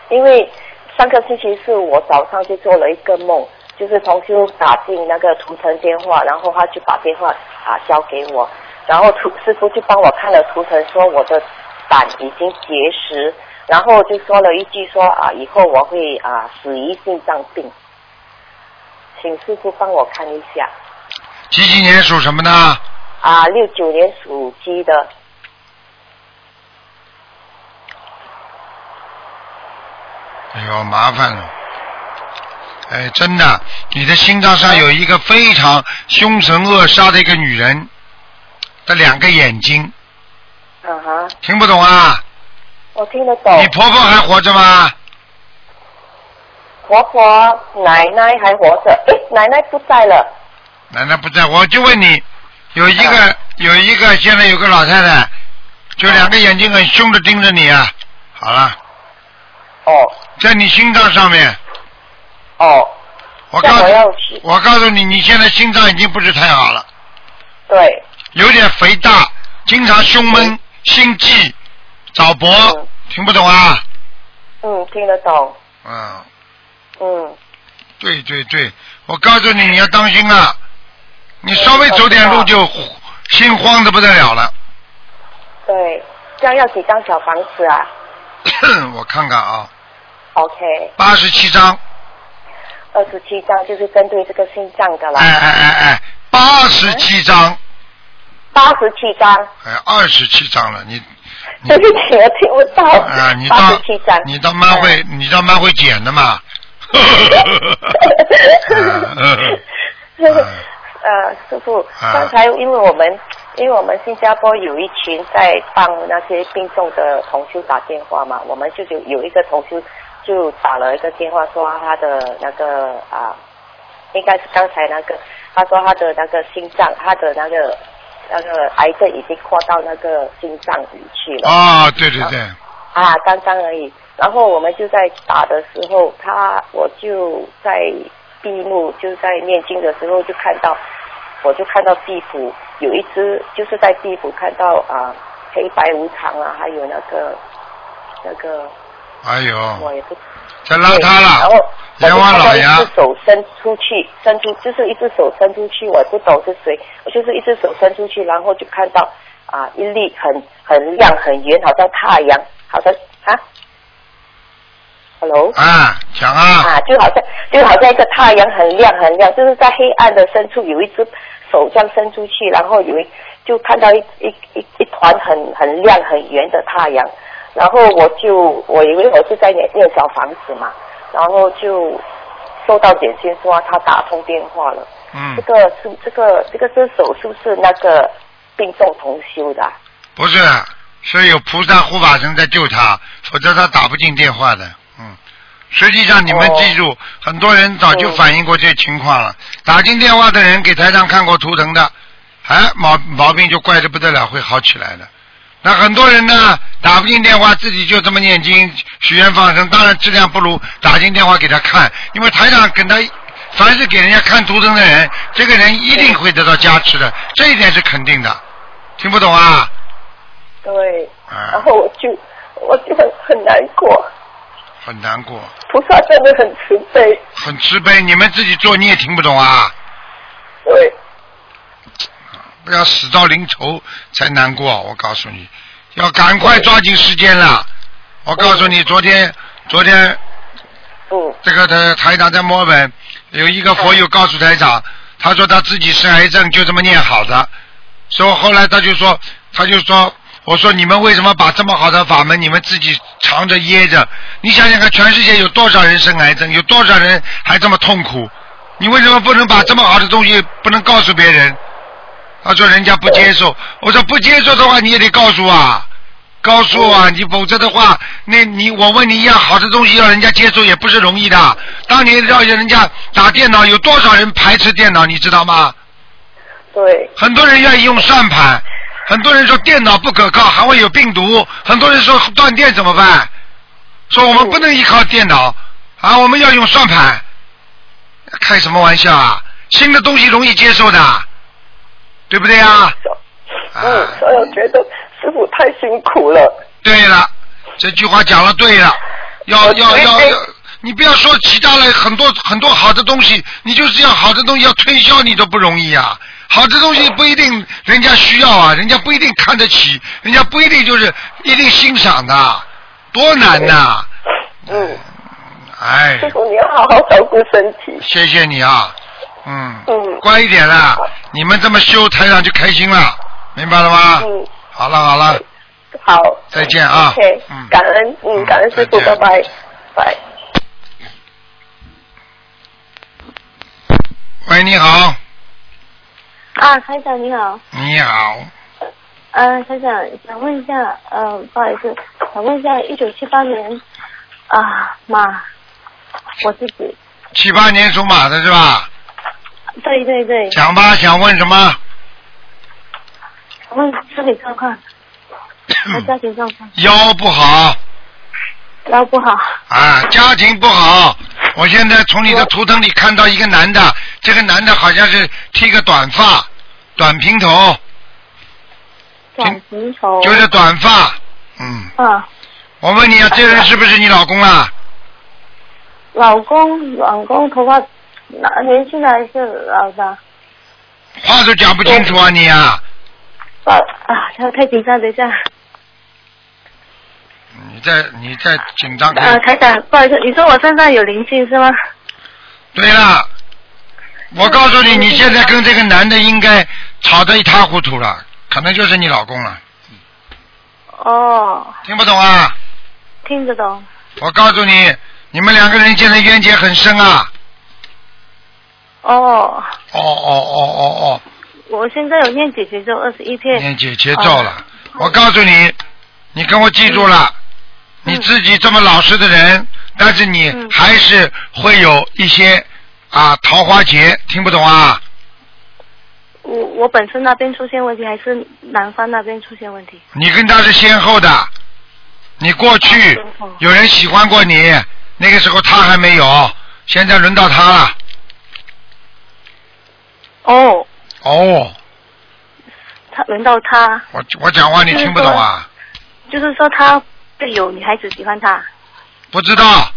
S5: 因为上个星期四我早上就做了一个梦，就是同修打进那个图腾电话，然后他就把电话啊交给我，然后图师傅就帮我看了图腾，说我的胆已经结石，然后就说了一句说啊，以后我会啊死于心脏病，请师傅帮我看一下
S1: 几几年属什么的？
S5: 啊，六九年属鸡的。
S1: 哎呦，麻烦了。哎，真的，你的心脏上有一个非常凶神恶煞的一个女人的两个眼睛，
S5: 嗯哼，
S1: 听不懂啊？
S5: 我听得懂。
S1: 你婆婆还活着吗？
S5: 婆婆、奶奶还活着，诶，奶奶不在了。
S1: 奶奶不在，我就问你，有一个、
S5: 哎
S1: 有一个现在有个老太太，就两个眼睛很凶的盯着你啊。好了，
S5: 哦
S1: 在你心脏上面，
S5: 哦，
S1: 我告
S5: 那
S1: 诉
S5: 我要去。
S1: 我告诉你，你现在心脏已经不是太好了，
S5: 对，
S1: 有点肥大，经常胸闷、心悸、早搏，
S5: 嗯
S1: 听不懂啊？
S5: 嗯，听得懂，
S1: 嗯，
S5: 嗯，
S1: 对对对，我告诉你，你要当心啊，你稍微
S5: 嗯
S1: 走点路
S5: 我知
S1: 就心慌的不得了了。
S5: 对。这样要几张小房子啊
S1: [coughs] 我看看啊，
S5: ？OK，
S1: 八十七章，
S5: 二十七张就是针对这个心脏的
S1: 哎
S5: 啦，
S1: 哎哎哎，八十七章，
S5: 八十七张。
S1: 哎，二十七章了，你你
S5: 对不起，我听不到。
S1: 啊，你
S5: 哦八
S1: 当
S5: 十七张。嗯
S1: 你当妈会，你当妈会减的嘛？
S5: [laughs]
S1: 哎嗯
S5: 呃，师傅，
S1: 啊
S5: 刚才因为我们，因为我们新加坡有一群在帮那些病重的同修打电话嘛，我们就有有一个同修就打了一个电话说他的那个啊，应该是刚才那个，他说他的那个心脏，他的那个那个癌症已经扩到那个心脏里去了。
S1: 啊，对对对，
S5: 啊，刚刚而已。然后我们就在打的时候，他我就在闭目，就在念经的时候就看到，我就看到壁虎有一只，就是在壁虎看到啊黑白无常啊，还有那个那个
S1: 哎
S5: 我
S1: 呦，
S5: 也不
S1: 再拉他
S5: 然
S1: 了，
S5: 后我
S1: 阎
S5: 就
S1: 王
S5: 看
S1: 老
S5: 到一
S1: 爷
S5: 只，手伸出去，伸出就是一只手伸出去，我也不懂是谁，我就是一只手伸出去，然后就看到啊一粒很很亮很圆，好像太阳，好像啊，hello
S1: 啊，讲啊，
S5: 啊，就好像就好像一个太阳很亮很亮，就是在黑暗的深处有一只手这样伸出去，然后有一就看到一一一一团很很亮很圆的太阳，然后我就我以为我是在念念小房子嘛，然后就收到简讯说他打通电话了，
S1: 嗯
S5: 这，个是这个这个这手是不是那个病重同修的啊、
S1: 不是，是有菩萨护法神在救他，否则他打不进电话的。嗯，实际上你们
S5: 哦
S1: 记住，很多人早就反映过这情况了。打进电话的人给台上看过图腾的，哎，毛毛病就怪得不得了，会好起来的。那很多人呢，打不进电话，自己就这么念经、许愿、放生，当然质量不如打进电话给他看，因为台长跟他，凡是给人家看图腾的人，这个人一定会得到加持的，这一点是肯定的。听不懂啊？
S5: 对，然
S1: 啊，
S5: 后我就我就很很难过，
S1: 哎很难过，
S5: 菩萨真的很慈悲，
S1: 很慈悲。你们自己做你也听不懂啊！
S5: 对。
S1: 不要死到临头才难过，我告诉你，要赶快抓紧时间了。我告诉你，昨天昨天
S5: 嗯
S1: 这个台台长在墨尔本有一个佛友告诉台长，他说他自己是癌症，就这么念好的。所以后来他就说，他就说，我说你们为什么把这么好的法门你们自己藏着掖着。你想想看，全世界有多少人生癌症，有多少人还这么痛苦？你为什么不能把这么好的东西不能告诉别人？他说人家不接受，我说不接受的话你也得告诉啊，告诉啊，你否则的话，那你我问你一样好的东西要人家接受也不是容易的。当年让人家打电脑，有多少人排斥电脑，你知道吗？
S5: 对，
S1: 很多人愿意用算盘，很多人说电脑不可靠，还会有病毒，很多人说断电怎么办？说我们不能依靠电脑啊，我们要用算盘。开什么玩笑啊！新的东西容易接受的，对不对啊？
S5: 嗯
S1: 啊，
S5: 所以我觉得师傅太辛苦了。
S1: 对了，这句话讲了对了，要
S5: 我哎
S1: 要
S5: 觉
S1: 要
S5: 得
S1: 要，你不要说其他的很多很多好的东西，你就是要好的东西要推销你都不容易啊。好的东西不一定人家需要啊，人家不一定看得起，人家不一定就是一定欣赏的，多难呐、
S5: 嗯，
S1: 哎，
S5: 师傅你要好好照顾身体。
S1: 谢谢你啊，嗯，
S5: 嗯
S1: 乖一点啦，你们这么修，台长就开心了，明白了吗？
S5: 嗯，
S1: 好了好了，
S5: 好。
S1: 再见啊
S5: OK，
S1: 嗯
S5: 感恩，嗯，感恩师傅，
S1: 嗯再
S5: 拜
S1: 见
S5: 拜，拜。
S1: 喂，你好，
S6: 啊，台长你好，
S1: 你好，
S6: 呃，台长想问一下，呃，不好意思，想问一下，一九七八年啊妈，我自己，
S1: 七八年属马的是吧？
S6: 对对对，
S1: 讲吧，想问什么？
S6: 想问身体状况和
S1: 嗯
S6: 家庭状况，
S1: [coughs] 腰不好
S6: 腰不好，
S1: 啊，家庭不好。我现在从你的图腾里看到一个男的，这个男的好像是剃个短发，短平头，
S6: 转平头，
S1: 就是短发。嗯，
S6: 啊，
S1: 我问你啊，这人是不是你老公啊？
S6: 老公老公头发那年轻的还是老的？
S1: 话都讲不清楚啊你啊！
S6: 啊啊，太太紧张，等一下，
S1: 你再你再紧张可以
S6: 呃，台长，不好意思，你说我身上有灵性是吗？
S1: 对了，我告诉你，你现在跟这个男的应该吵得一塌糊涂了，可能就是你老公了。
S6: 哦，
S1: 听不懂啊？
S6: 听得懂，
S1: 我告诉你，你们两个人现在冤结很深啊！
S6: 哦。
S1: 哦哦哦哦
S6: 我现在有念姐姐咒二十一
S1: 哦，
S6: 片，
S1: 念姐姐咒了。我告诉你，你跟我记住了，你自己这么老实的人，但是你
S6: 嗯
S1: 还是会有一些啊桃花劫，听不懂啊？
S6: 哦我我本身那边出现问题，还是男方那边出现问题？
S1: 你跟他是先后的，你过去
S6: 哦
S1: 有人喜欢过你，那个时候他还没有，现在轮到他了。
S6: 哦，
S1: 哦，
S6: 他哦轮到他，
S1: 我我讲话你听不懂啊？
S6: 就是说他会有女孩子喜欢他。
S1: 不嗯知道。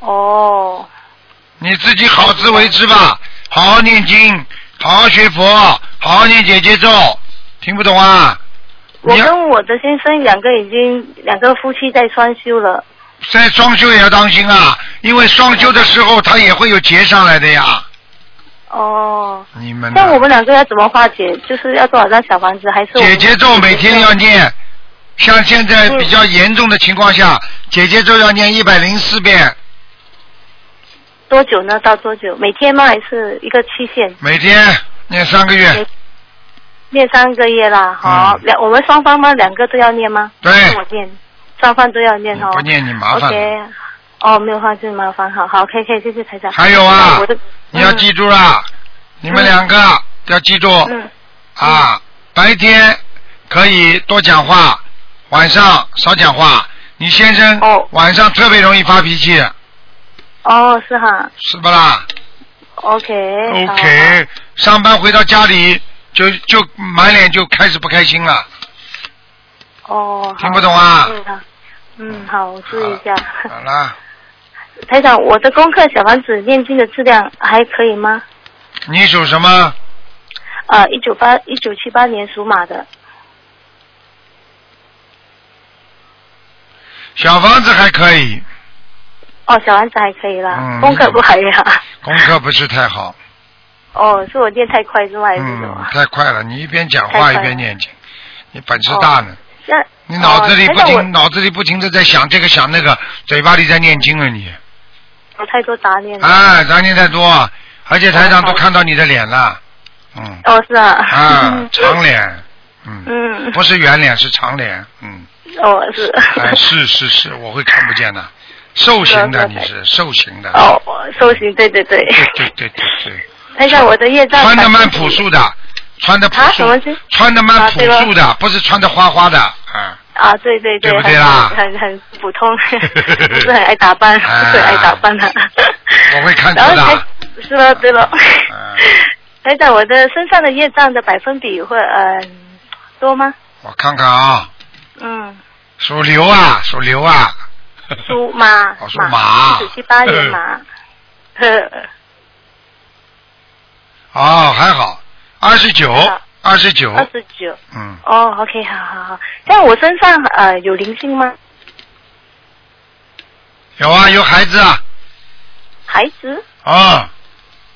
S6: 哦，
S1: 你自己好自为之吧，好好念经，好好学佛，好好念姐姐咒，听不懂啊？
S6: 我
S1: 你要
S6: 跟我的先生两个已经两个夫妻在双休了。
S1: 在双休也要当心啊，因为双休的时候他也会有劫上来的呀。
S6: 哦，
S1: 你们呢
S6: 那我们两个要怎么化解？就是要多少张小房子，还是我们
S1: 姐姐咒每天要念，像现在比较严重的情况下，姐姐咒要念一百零四遍
S6: 多久呢？到多久？每天吗？还是一个期限？
S1: 每天。念三个
S6: 嗯
S1: 月，
S6: 念三个月啦，好，
S1: 嗯
S6: 两、我们双方吗？两个都要嗯念吗？
S1: 对
S6: 我念，双方都要念
S1: 你
S6: 哦。
S1: 不念你麻烦。
S6: OK，哦，没有话就麻烦，好好，OK，可以，谢谢台长。
S1: 还有啊
S6: 那我的，
S1: 你要记住了，你们两个要记住，
S6: 嗯，
S1: 啊，白天可以多讲话，晚上少讲话。你先生
S6: 哦
S1: 晚上特别容易发脾气，
S6: 哦，是哈
S1: 是不啦
S6: ，OK。好。嗯啊
S1: ？OK，上班回到家里就就满脸就开始不开心了，
S6: 哦，好
S1: 听不懂啊？
S6: 嗯好嗯，好，我注意一下。
S1: 好啦，
S6: 台长，我的功课小房子念经的质量还可以吗？
S1: 你属什么？
S6: 呃，一九八一九七八年属马的，
S1: 小房子还可以，
S6: 哦，小房子还可以啦，
S1: 嗯
S6: 功课不还呀？
S1: 功课不是太好，
S6: [laughs] 哦，是我念太快是吗？还是什
S1: 嗯
S6: 么，？
S1: 太快了。你一边讲话
S6: 太快
S1: 一
S6: 了哦
S1: 边念经，你本事大呢。
S6: 那
S1: 你脑子里不
S6: 呃台
S1: 停，
S6: 长
S1: 脑子里不停的在想这个想那个，嘴巴里在念经了你。
S6: 我有太多杂念了。
S1: 哎，杂念太多，而且台上
S6: 嗯
S1: 都看到你的脸了。嗯。
S6: 哦，是啊。 [laughs]
S1: 啊，长脸。嗯。
S6: 嗯，
S1: 不是圆脸，是长脸。嗯。
S6: 哦 [laughs] 是。
S1: 哎，是是是，我会看不见的，瘦型的
S6: 是
S1: 你
S6: 是
S1: 是瘦型的。。
S6: 哦，收行，对对对。
S1: 对对对对对。
S6: 台长，我的业障。
S1: 穿的蛮朴。素的，穿的朴
S6: 啊
S1: 素
S6: 什么是，
S1: 穿的蛮
S6: 啊
S1: 朴
S6: 对了
S1: 素的，不是穿的花花的，啊。
S6: 啊，对对
S1: 对
S6: 很
S1: 不对啦
S6: 很很普通， [laughs] 不是很爱打扮，不是很爱打扮的。
S1: 哎我会看出
S6: 然后
S1: 的
S6: 台是了，对了
S1: 嗯。
S6: 台长，我的身上的业障的百分比会呃多吗？
S1: 我看看啊，
S6: 嗯，
S1: 属牛啊，属牛啊。
S6: 属马
S1: 哦，属马
S6: 一九七八年马。呵，
S1: [laughs] 哦，还好，二十九
S6: 是的，
S1: 二十九，
S6: 二十九。
S1: 嗯，
S6: 哦，OK，好好好。在我身上呃有灵性吗？
S1: 有啊，有孩子啊，
S6: 孩子？
S1: 哦，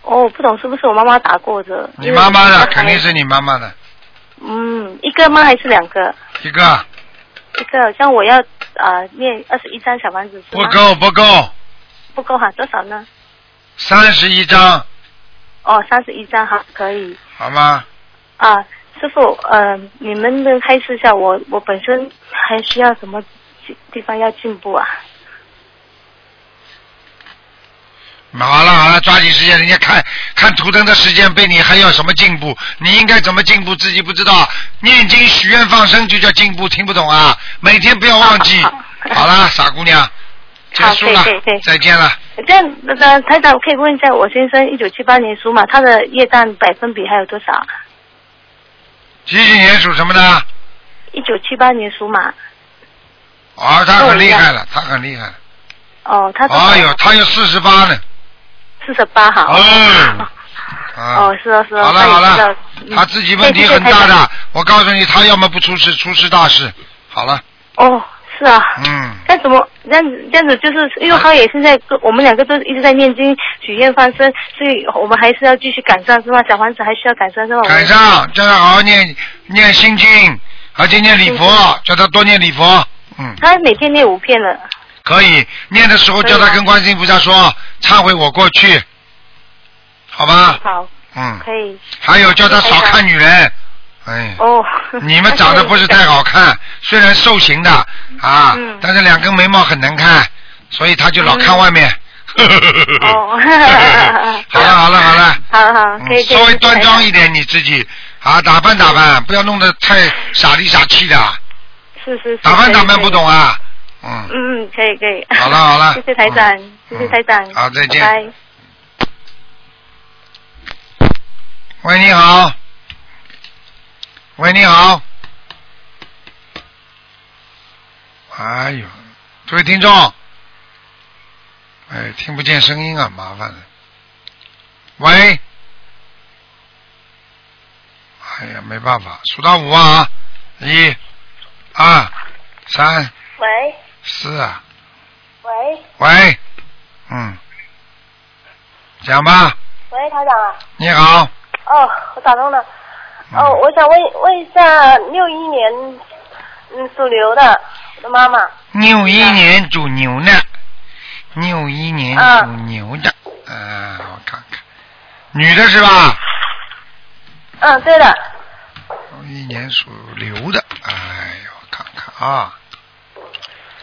S6: 哦，不懂是不是我妈妈打过的？
S1: 你妈妈
S6: 因为
S1: 的
S6: 我
S1: 肯定是你妈妈的
S6: 嗯，一个吗？还是两个？
S1: 一
S6: 啊
S1: 个，
S6: 一个，像我要呃念二十一张小房子是
S1: 不
S6: 吗？
S1: 够不够，
S6: 不够哈，多少呢？
S1: 三十一张，
S6: 哦，三十一张哈，可以
S1: 好吗？
S6: 啊。师傅，呃，你们能开示一下我，我本身还需要什么地地方要进步啊？
S1: 好了好了，抓紧时间，人家看看图腾的时间被你还有什么进步？你应该怎么进步自己不知道？念经许愿放生就叫进步，听不懂啊？每天不要忘记。
S6: 好好
S1: 好啦，傻姑娘，结
S6: 好
S1: 束了
S6: 对对对，
S1: 再见了。
S6: 这样，那、呃、台长可以问一下，我先生一九七八年属马，他的业障百分比还有多少？
S1: 几几年属什么的？
S6: 一九七八年属马，
S1: 哦，他
S6: 跟我
S1: 很
S6: 一
S1: 厉
S6: 样
S1: 害了，他很厉害了。
S6: 哦，他
S1: 哎呦，他有四十八呢。
S6: 四十八哈。
S1: 哦啊
S6: 哦，是啊是啊，
S1: 好了
S6: 他也
S1: 好
S6: 知
S1: 了
S6: 道，嗯
S1: 他自己问题很大
S6: 谢谢台长
S1: 的，我告诉你，他要么不出事，出事大事。好了，
S6: 哦，是啊。
S1: 嗯，
S6: 那怎么这样子？这样子就是因为他也现在都我们两个都一直在念经许愿放生，所以我们还是要继续赶上是吧？小房子还需要赶上是吧？
S1: 赶上，叫他好好念念心经，而且念礼佛，叫他多念礼佛。嗯，
S6: 他每天念五遍了。
S1: 可以。念的时候
S6: 可以吗啊
S1: 叫他跟观世音菩萨说，忏悔我过去，好吧？
S6: 好，
S1: 嗯，
S6: 可以。
S1: 还有叫他
S6: 谢谢
S1: 少
S6: 台长
S1: 看女人。哎，
S6: 哦。
S1: 你们长得不是太好看，虽然瘦型的啊
S6: 嗯，
S1: 但是两根眉毛很难看，所以他就老看外面。
S6: 哦
S1: [laughs]
S6: [laughs]
S1: 好了好了好了，
S6: [laughs] 好好，
S1: 嗯
S6: 可以。可以
S1: 稍微端庄一。
S6: 谢谢台长
S1: 点你自己啊，打扮打扮，不要弄得太傻里傻气的，
S6: 是是是。
S1: 打扮
S6: 可以
S1: 打扮
S6: 可以
S1: 不懂啊，嗯，
S6: 嗯嗯，可以可以。
S1: 好了好了
S6: [laughs] 谢谢台长
S1: 嗯，
S6: 谢谢台长
S1: 嗯。好再见
S6: 拜拜。
S1: 喂你好，喂你好，哎呦，这位听众，哎，听不见声音啊，麻烦了，喂，哎呀，没办法，数到五啊，一、二、三、
S2: 喂
S1: 四啊，
S2: 喂
S1: 喂，嗯，讲吧，
S2: 喂，台长啊！
S1: 你好，
S2: 哦，我打通了。
S1: 嗯
S2: 哦，我想问问一下，六一年，嗯，属牛的，我的妈妈。
S1: 六一年属牛的，六一年
S2: 啊
S1: 属牛的，啊，我看看，女的是吧？
S2: 嗯，对的。
S1: 六一年属牛的，哎呦，我看看啊，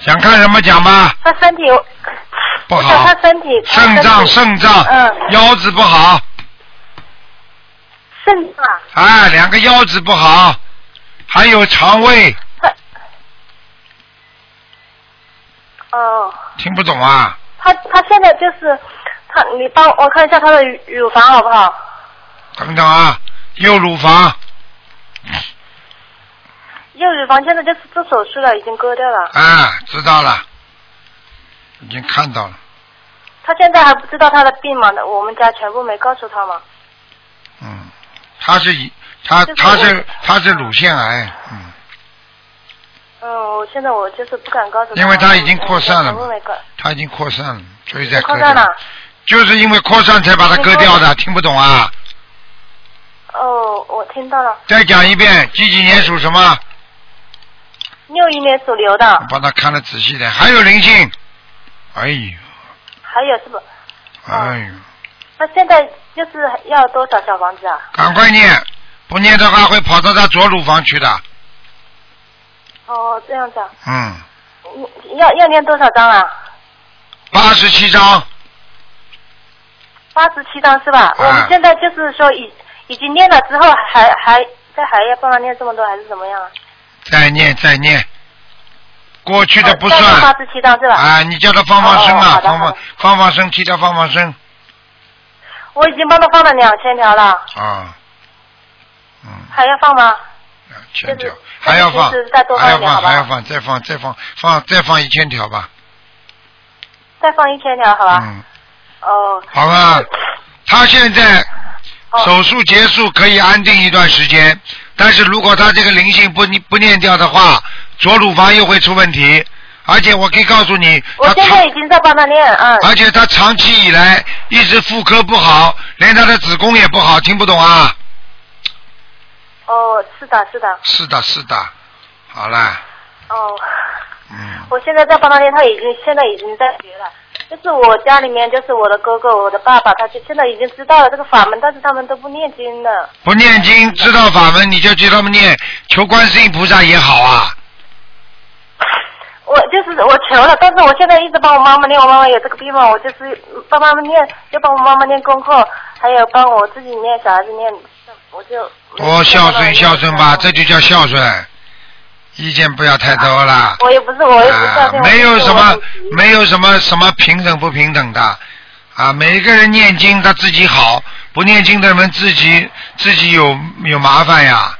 S1: 想看什么讲吧？
S2: 她身体，
S1: 不
S2: 我
S1: 好
S2: 想，她身体，她
S1: 肾脏
S2: 身体
S1: 肾脏，
S2: 嗯
S1: 腰子不好，
S2: 肾脏啊，
S1: 哎，两个腰子不好，还有肠胃，
S2: 她，哦，
S1: 听不懂啊？
S2: 她她现在就是，她你帮我看一下她的乳乳房好不好？
S1: 等等啊，右乳房。
S2: 右乳房现在就是做手术了，已经割掉了。
S1: 啊，知道了，已经看到了，
S2: 她现在还不知道她的病嘛？我们家全部没告诉她嘛。
S1: 嗯，他是一，他
S2: 就是
S1: 他
S2: 我
S1: 是他是乳腺癌，嗯，
S2: 嗯，我现在我就是不敢告诉她，
S1: 因为它已经扩散了
S2: 全
S1: 嘛
S2: 部没告
S1: 他已经扩散了，所以在割
S2: Oh 扩散
S1: 掉
S2: 了，。
S1: 就是因为扩散才把它割掉的，听不懂啊？
S2: 哦，我听到了，
S1: 再讲一遍，几几年属什么？
S6: 六一年属牛的，
S1: 帮他看得仔细点，还有灵性，哎呦，
S6: 还有是不？
S2: 哦
S1: 哎呦，
S6: 那现在就是要多少小房子啊？
S1: 赶快念，不念的话会跑到他左乳房去的，
S6: 哦，这样子啊，
S1: 嗯，
S6: 你要要念多少张啊？
S1: 八十七章，
S6: 八十七张是
S1: 啊
S6: 吧？我们现在就是说已已经念了之后还，还再还要帮他念这么多，还是怎么样啊？
S1: 再念再念，过去
S6: 哦
S1: 的不算，
S6: 八十七张是吧？
S1: 啊，你叫他放放生
S6: 哦
S1: 啊
S6: 好，的
S1: 放
S6: 好
S1: 放
S6: 的
S1: 放放生，替他放放生
S6: 我已经帮他放了两千条了，
S1: 啊，嗯，
S6: 还要放吗？
S1: 两千条
S6: 就是
S1: 还要放
S6: 就是再，多
S1: 还
S6: 放
S1: 要
S6: 一点好
S1: 放，
S6: 吧
S1: 还要放，再放再放放再放一千条吧，
S6: 再放一千条好吧？
S1: 嗯，
S6: 哦
S1: 好吧，他现在
S6: 哦
S1: 手术结束可以安定一段时间，但是如果他这个灵性不不念掉的话，左乳房又会出问题。而且我可以告诉你，
S6: 我
S1: 他
S6: 现
S1: 长
S6: 在已经在帮他念啊。
S1: 而且他长期以来一直妇科不好，连他的子宫也不好，听不懂啊？
S6: 哦，是的，是的，
S1: 是的，是的，好了，
S6: 哦。 [laughs]
S1: 嗯，
S6: 我现在在帮他念，他已经现在已经在学了。就是我家里面，就是我的哥哥、我的爸爸，他就现在已经知道了这个法门，但是他们都不念经了。
S1: 不念经知道法门，你就叫他们念，求观世音菩萨也好啊。
S6: 我就是我求了，但是我现在一直帮我妈妈念，我妈妈有这个病嘛，我就是帮妈妈念，就帮我妈妈念功课，还有帮我自己念，小孩子念，我就
S1: 多哦孝顺孝顺吧，这就叫孝顺。意见不要太多了。
S6: 我也不是，我也不孝
S1: 啊
S6: 顺、，
S1: 没有什么
S6: 我就是，
S1: 没有什么什么平等不平等的，啊，每一个人念经他自己好，不念经的人自己自己有有麻烦呀，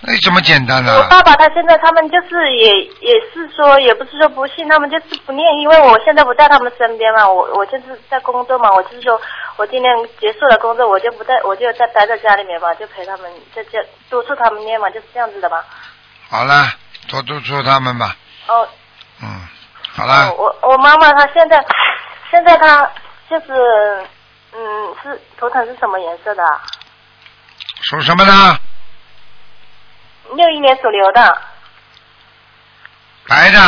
S1: 那怎么简单啊呢、
S6: 我爸爸他现在他们就是也也是说，也不是说不信，他们就是不念，因为我现在不在他们身边嘛，我我就是在工作嘛，我就是说我今天结束了工作，我就不在，我就在待在家里面嘛，就陪他们在家督促他们念嘛，就是这样子的嘛。
S1: 好了，多督促他们吧，
S6: 哦，
S1: 嗯，好了，
S6: 我我妈妈她现在现在她就是嗯是头疼是什么颜色的啊？
S1: 属什么呢？
S6: 六一年属牛的，
S1: 白的，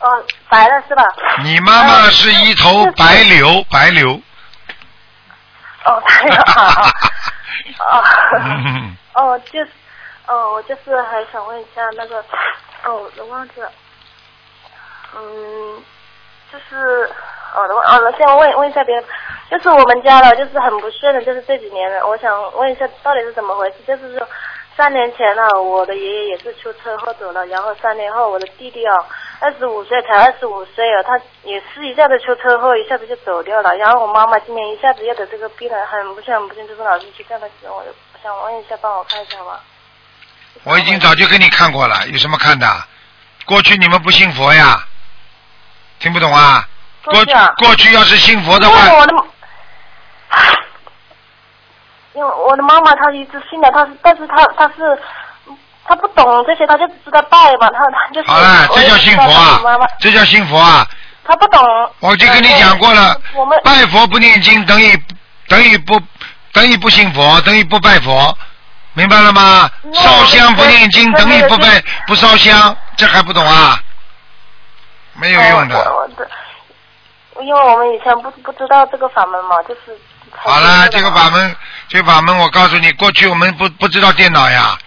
S6: 哦白的是吧？
S1: 你妈妈是一头白牛，白牛。
S6: 哦白的啊。哦哦
S1: 嗯
S6: 哦，就是，哦，我就是还想问一下那个，哦，我忘记了，嗯，就是，哦，我忘了，先问问一下别人，就是我们家了，就是很不顺的，就是这几年了，我想问一下到底是怎么回事？就是说，三年前呢，我的爷爷也是出车祸走了，然后三年后我的弟弟哦，二十五岁才二十五岁哦，他也是一下子出车祸，一下子就走掉了，然后我妈妈今年一下子又得这个病了，很不幸很不幸，就是老是去看的时候，我就想问一下，帮我看一下吗？
S1: 我已经早就给你看过了，有什么看的？过去你们不信佛呀？听不懂啊？过
S6: 过去啊
S1: 过去要是信佛的
S6: 因为
S1: 话，
S6: 我的，因为我的妈妈她一直信的，她是，但是她她是，她不懂这些，她就只知道拜嘛，她她就是。
S1: 好了，
S6: 我
S1: 这
S6: 也
S1: 叫
S6: 知
S1: 信
S6: 道
S1: 佛
S6: 她
S1: 啊
S6: 是妈妈，
S1: 这叫信佛啊！
S6: 她不懂。
S1: 我就跟你讲过了
S6: 嗯我们，
S1: 拜佛不念经等于等于不等于不信佛，等于不拜佛，明白了吗？
S6: 嗯
S1: 烧香不念经
S6: 我
S1: 等于不
S6: 我
S1: 拜不烧香，这还不懂啊？没有用
S2: 哦
S6: 我
S1: 的。
S6: 我的，因为我们以前不不知道这个法门嘛，就是。
S1: 好了，这个法。门，这个法门，我告诉你，过去我们不不知道电脑呀，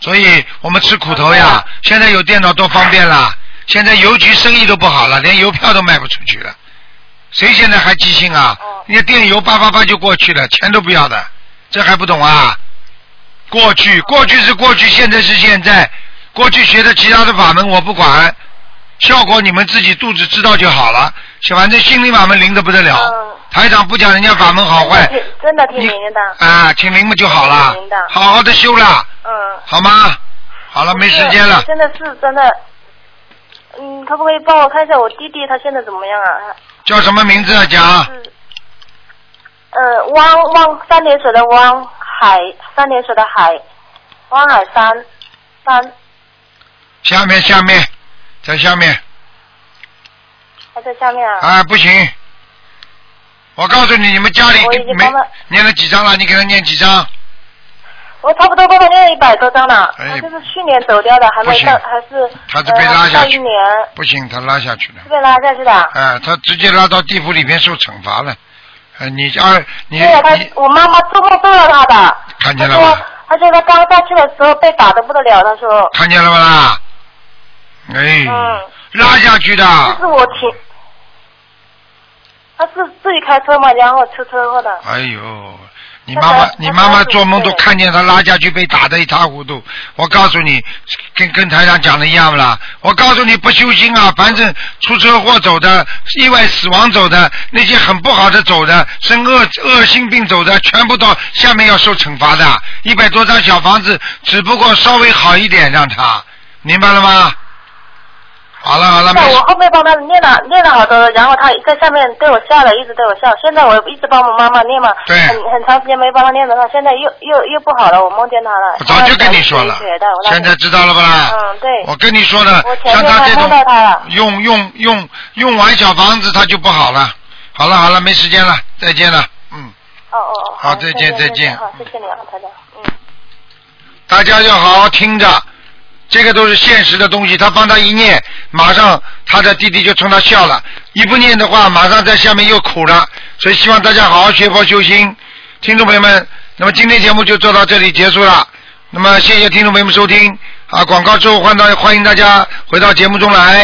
S1: 所以我们吃苦头呀。
S6: 嗯
S1: 现在有电脑多方便啦，现在邮局生意都不好了，连邮票都卖不出去了。谁现在还寄信啊
S6: 哦？
S1: 人家电邮叭叭叭就过去了，钱都不要的，这还不懂啊？过去，过去是过去，现在是现在。过去学的其他的法门我不管，效果你们自己肚子知道就好了。反正心灵法门灵的不得了，
S6: 嗯
S1: 台长不讲人家法门好坏，
S6: 真的挺
S1: 你
S6: 灵的。
S1: 啊，挺灵不就好了
S6: 挺灵的？
S1: 好好的修了，
S6: 嗯。
S1: 好吗？好了，没时间了
S6: 我。真的是真的，嗯，可不可以帮我看一下我弟弟他现在怎么样啊？
S1: 叫什么名字啊？
S6: 他
S1: 讲
S6: 是呃，汪汪三点水的汪海，三点水的海，汪海山山
S1: 下面下面，在下面
S6: 还在下面啊。
S1: 啊，不行。我告诉你，你们家里
S6: 我已经
S1: 没
S6: 帮他
S1: 念了几张了？你给他念几张？
S6: 我差不多快快念一百多张了，
S1: 哎
S6: 他就是去年走掉的，还
S1: 不
S6: 没
S1: 行
S6: 到，还是
S1: 他是被
S6: 呃
S1: 拉下
S6: 到
S1: 去
S6: 一年
S1: 不行，他拉下去了
S6: 是。被拉下去的。
S1: 哎、他直接拉到地府里边受惩罚了。呃，你二你
S6: 对呀，啊他
S1: 你
S6: 我妈妈做梦做到他的，
S1: 看
S6: 她
S1: 见了
S6: 说
S1: 吗？
S6: 她说她刚下去的时候被打的不得了，她说，
S1: 看见了吧啦？哎，
S6: 嗯
S1: 拉下去的。
S6: 这是我停，她是自己开车嘛，然后出车祸的。
S1: 哎呦，你
S6: 他
S1: 妈妈
S6: 才，
S1: 你
S6: 他
S1: 妈妈
S6: 才
S1: 做梦
S6: 15
S1: 都
S6: 岁
S1: 看见他拉下去被打得一塌糊涂。我告诉你，跟跟台长讲的一样不啦？我告诉你，不修心啊，反正出车祸走的、意外死亡走的、那些很不好的走的、生恶恶性病走的，全部到下面要受惩罚的。一百多张小房子，只不过稍微好一点，让他明白了吗？好了好了，没
S6: 在
S1: 事
S6: 我后面帮他念了念了好多，然后他在下面对我笑了，一直对我笑。现在我一直帮我妈妈念嘛，
S1: 对
S6: 很很长时间没帮她念了，她现在又又又不好了，我梦见她了。
S1: 我早就跟你说了
S6: 她在学的我，让
S1: 现在
S6: 她
S1: 知道了吧啦？
S6: 嗯对嗯
S1: 我跟你说了
S6: 我，前
S1: 像
S6: 天
S1: 他
S6: 还
S1: 这种
S6: 梦到他了
S1: 用用用用完小房子，他就不好了。好了好了，没时间了，再见了。嗯，
S6: 哦哦哦，
S1: 好再见再
S6: 再
S1: 见
S6: 好，谢谢你啊，台长，嗯。
S1: 大家要好好听着，这个都是现实的东西。他帮他一念，马上他的弟弟就冲他笑了；一不念的话，马上在下面又苦了。所以希望大家好好学佛修心，听众朋友们。那么今天节目就做到这里结束了。那么谢谢听众朋友们收听啊，广告之后欢迎大欢迎大家回到节目中来。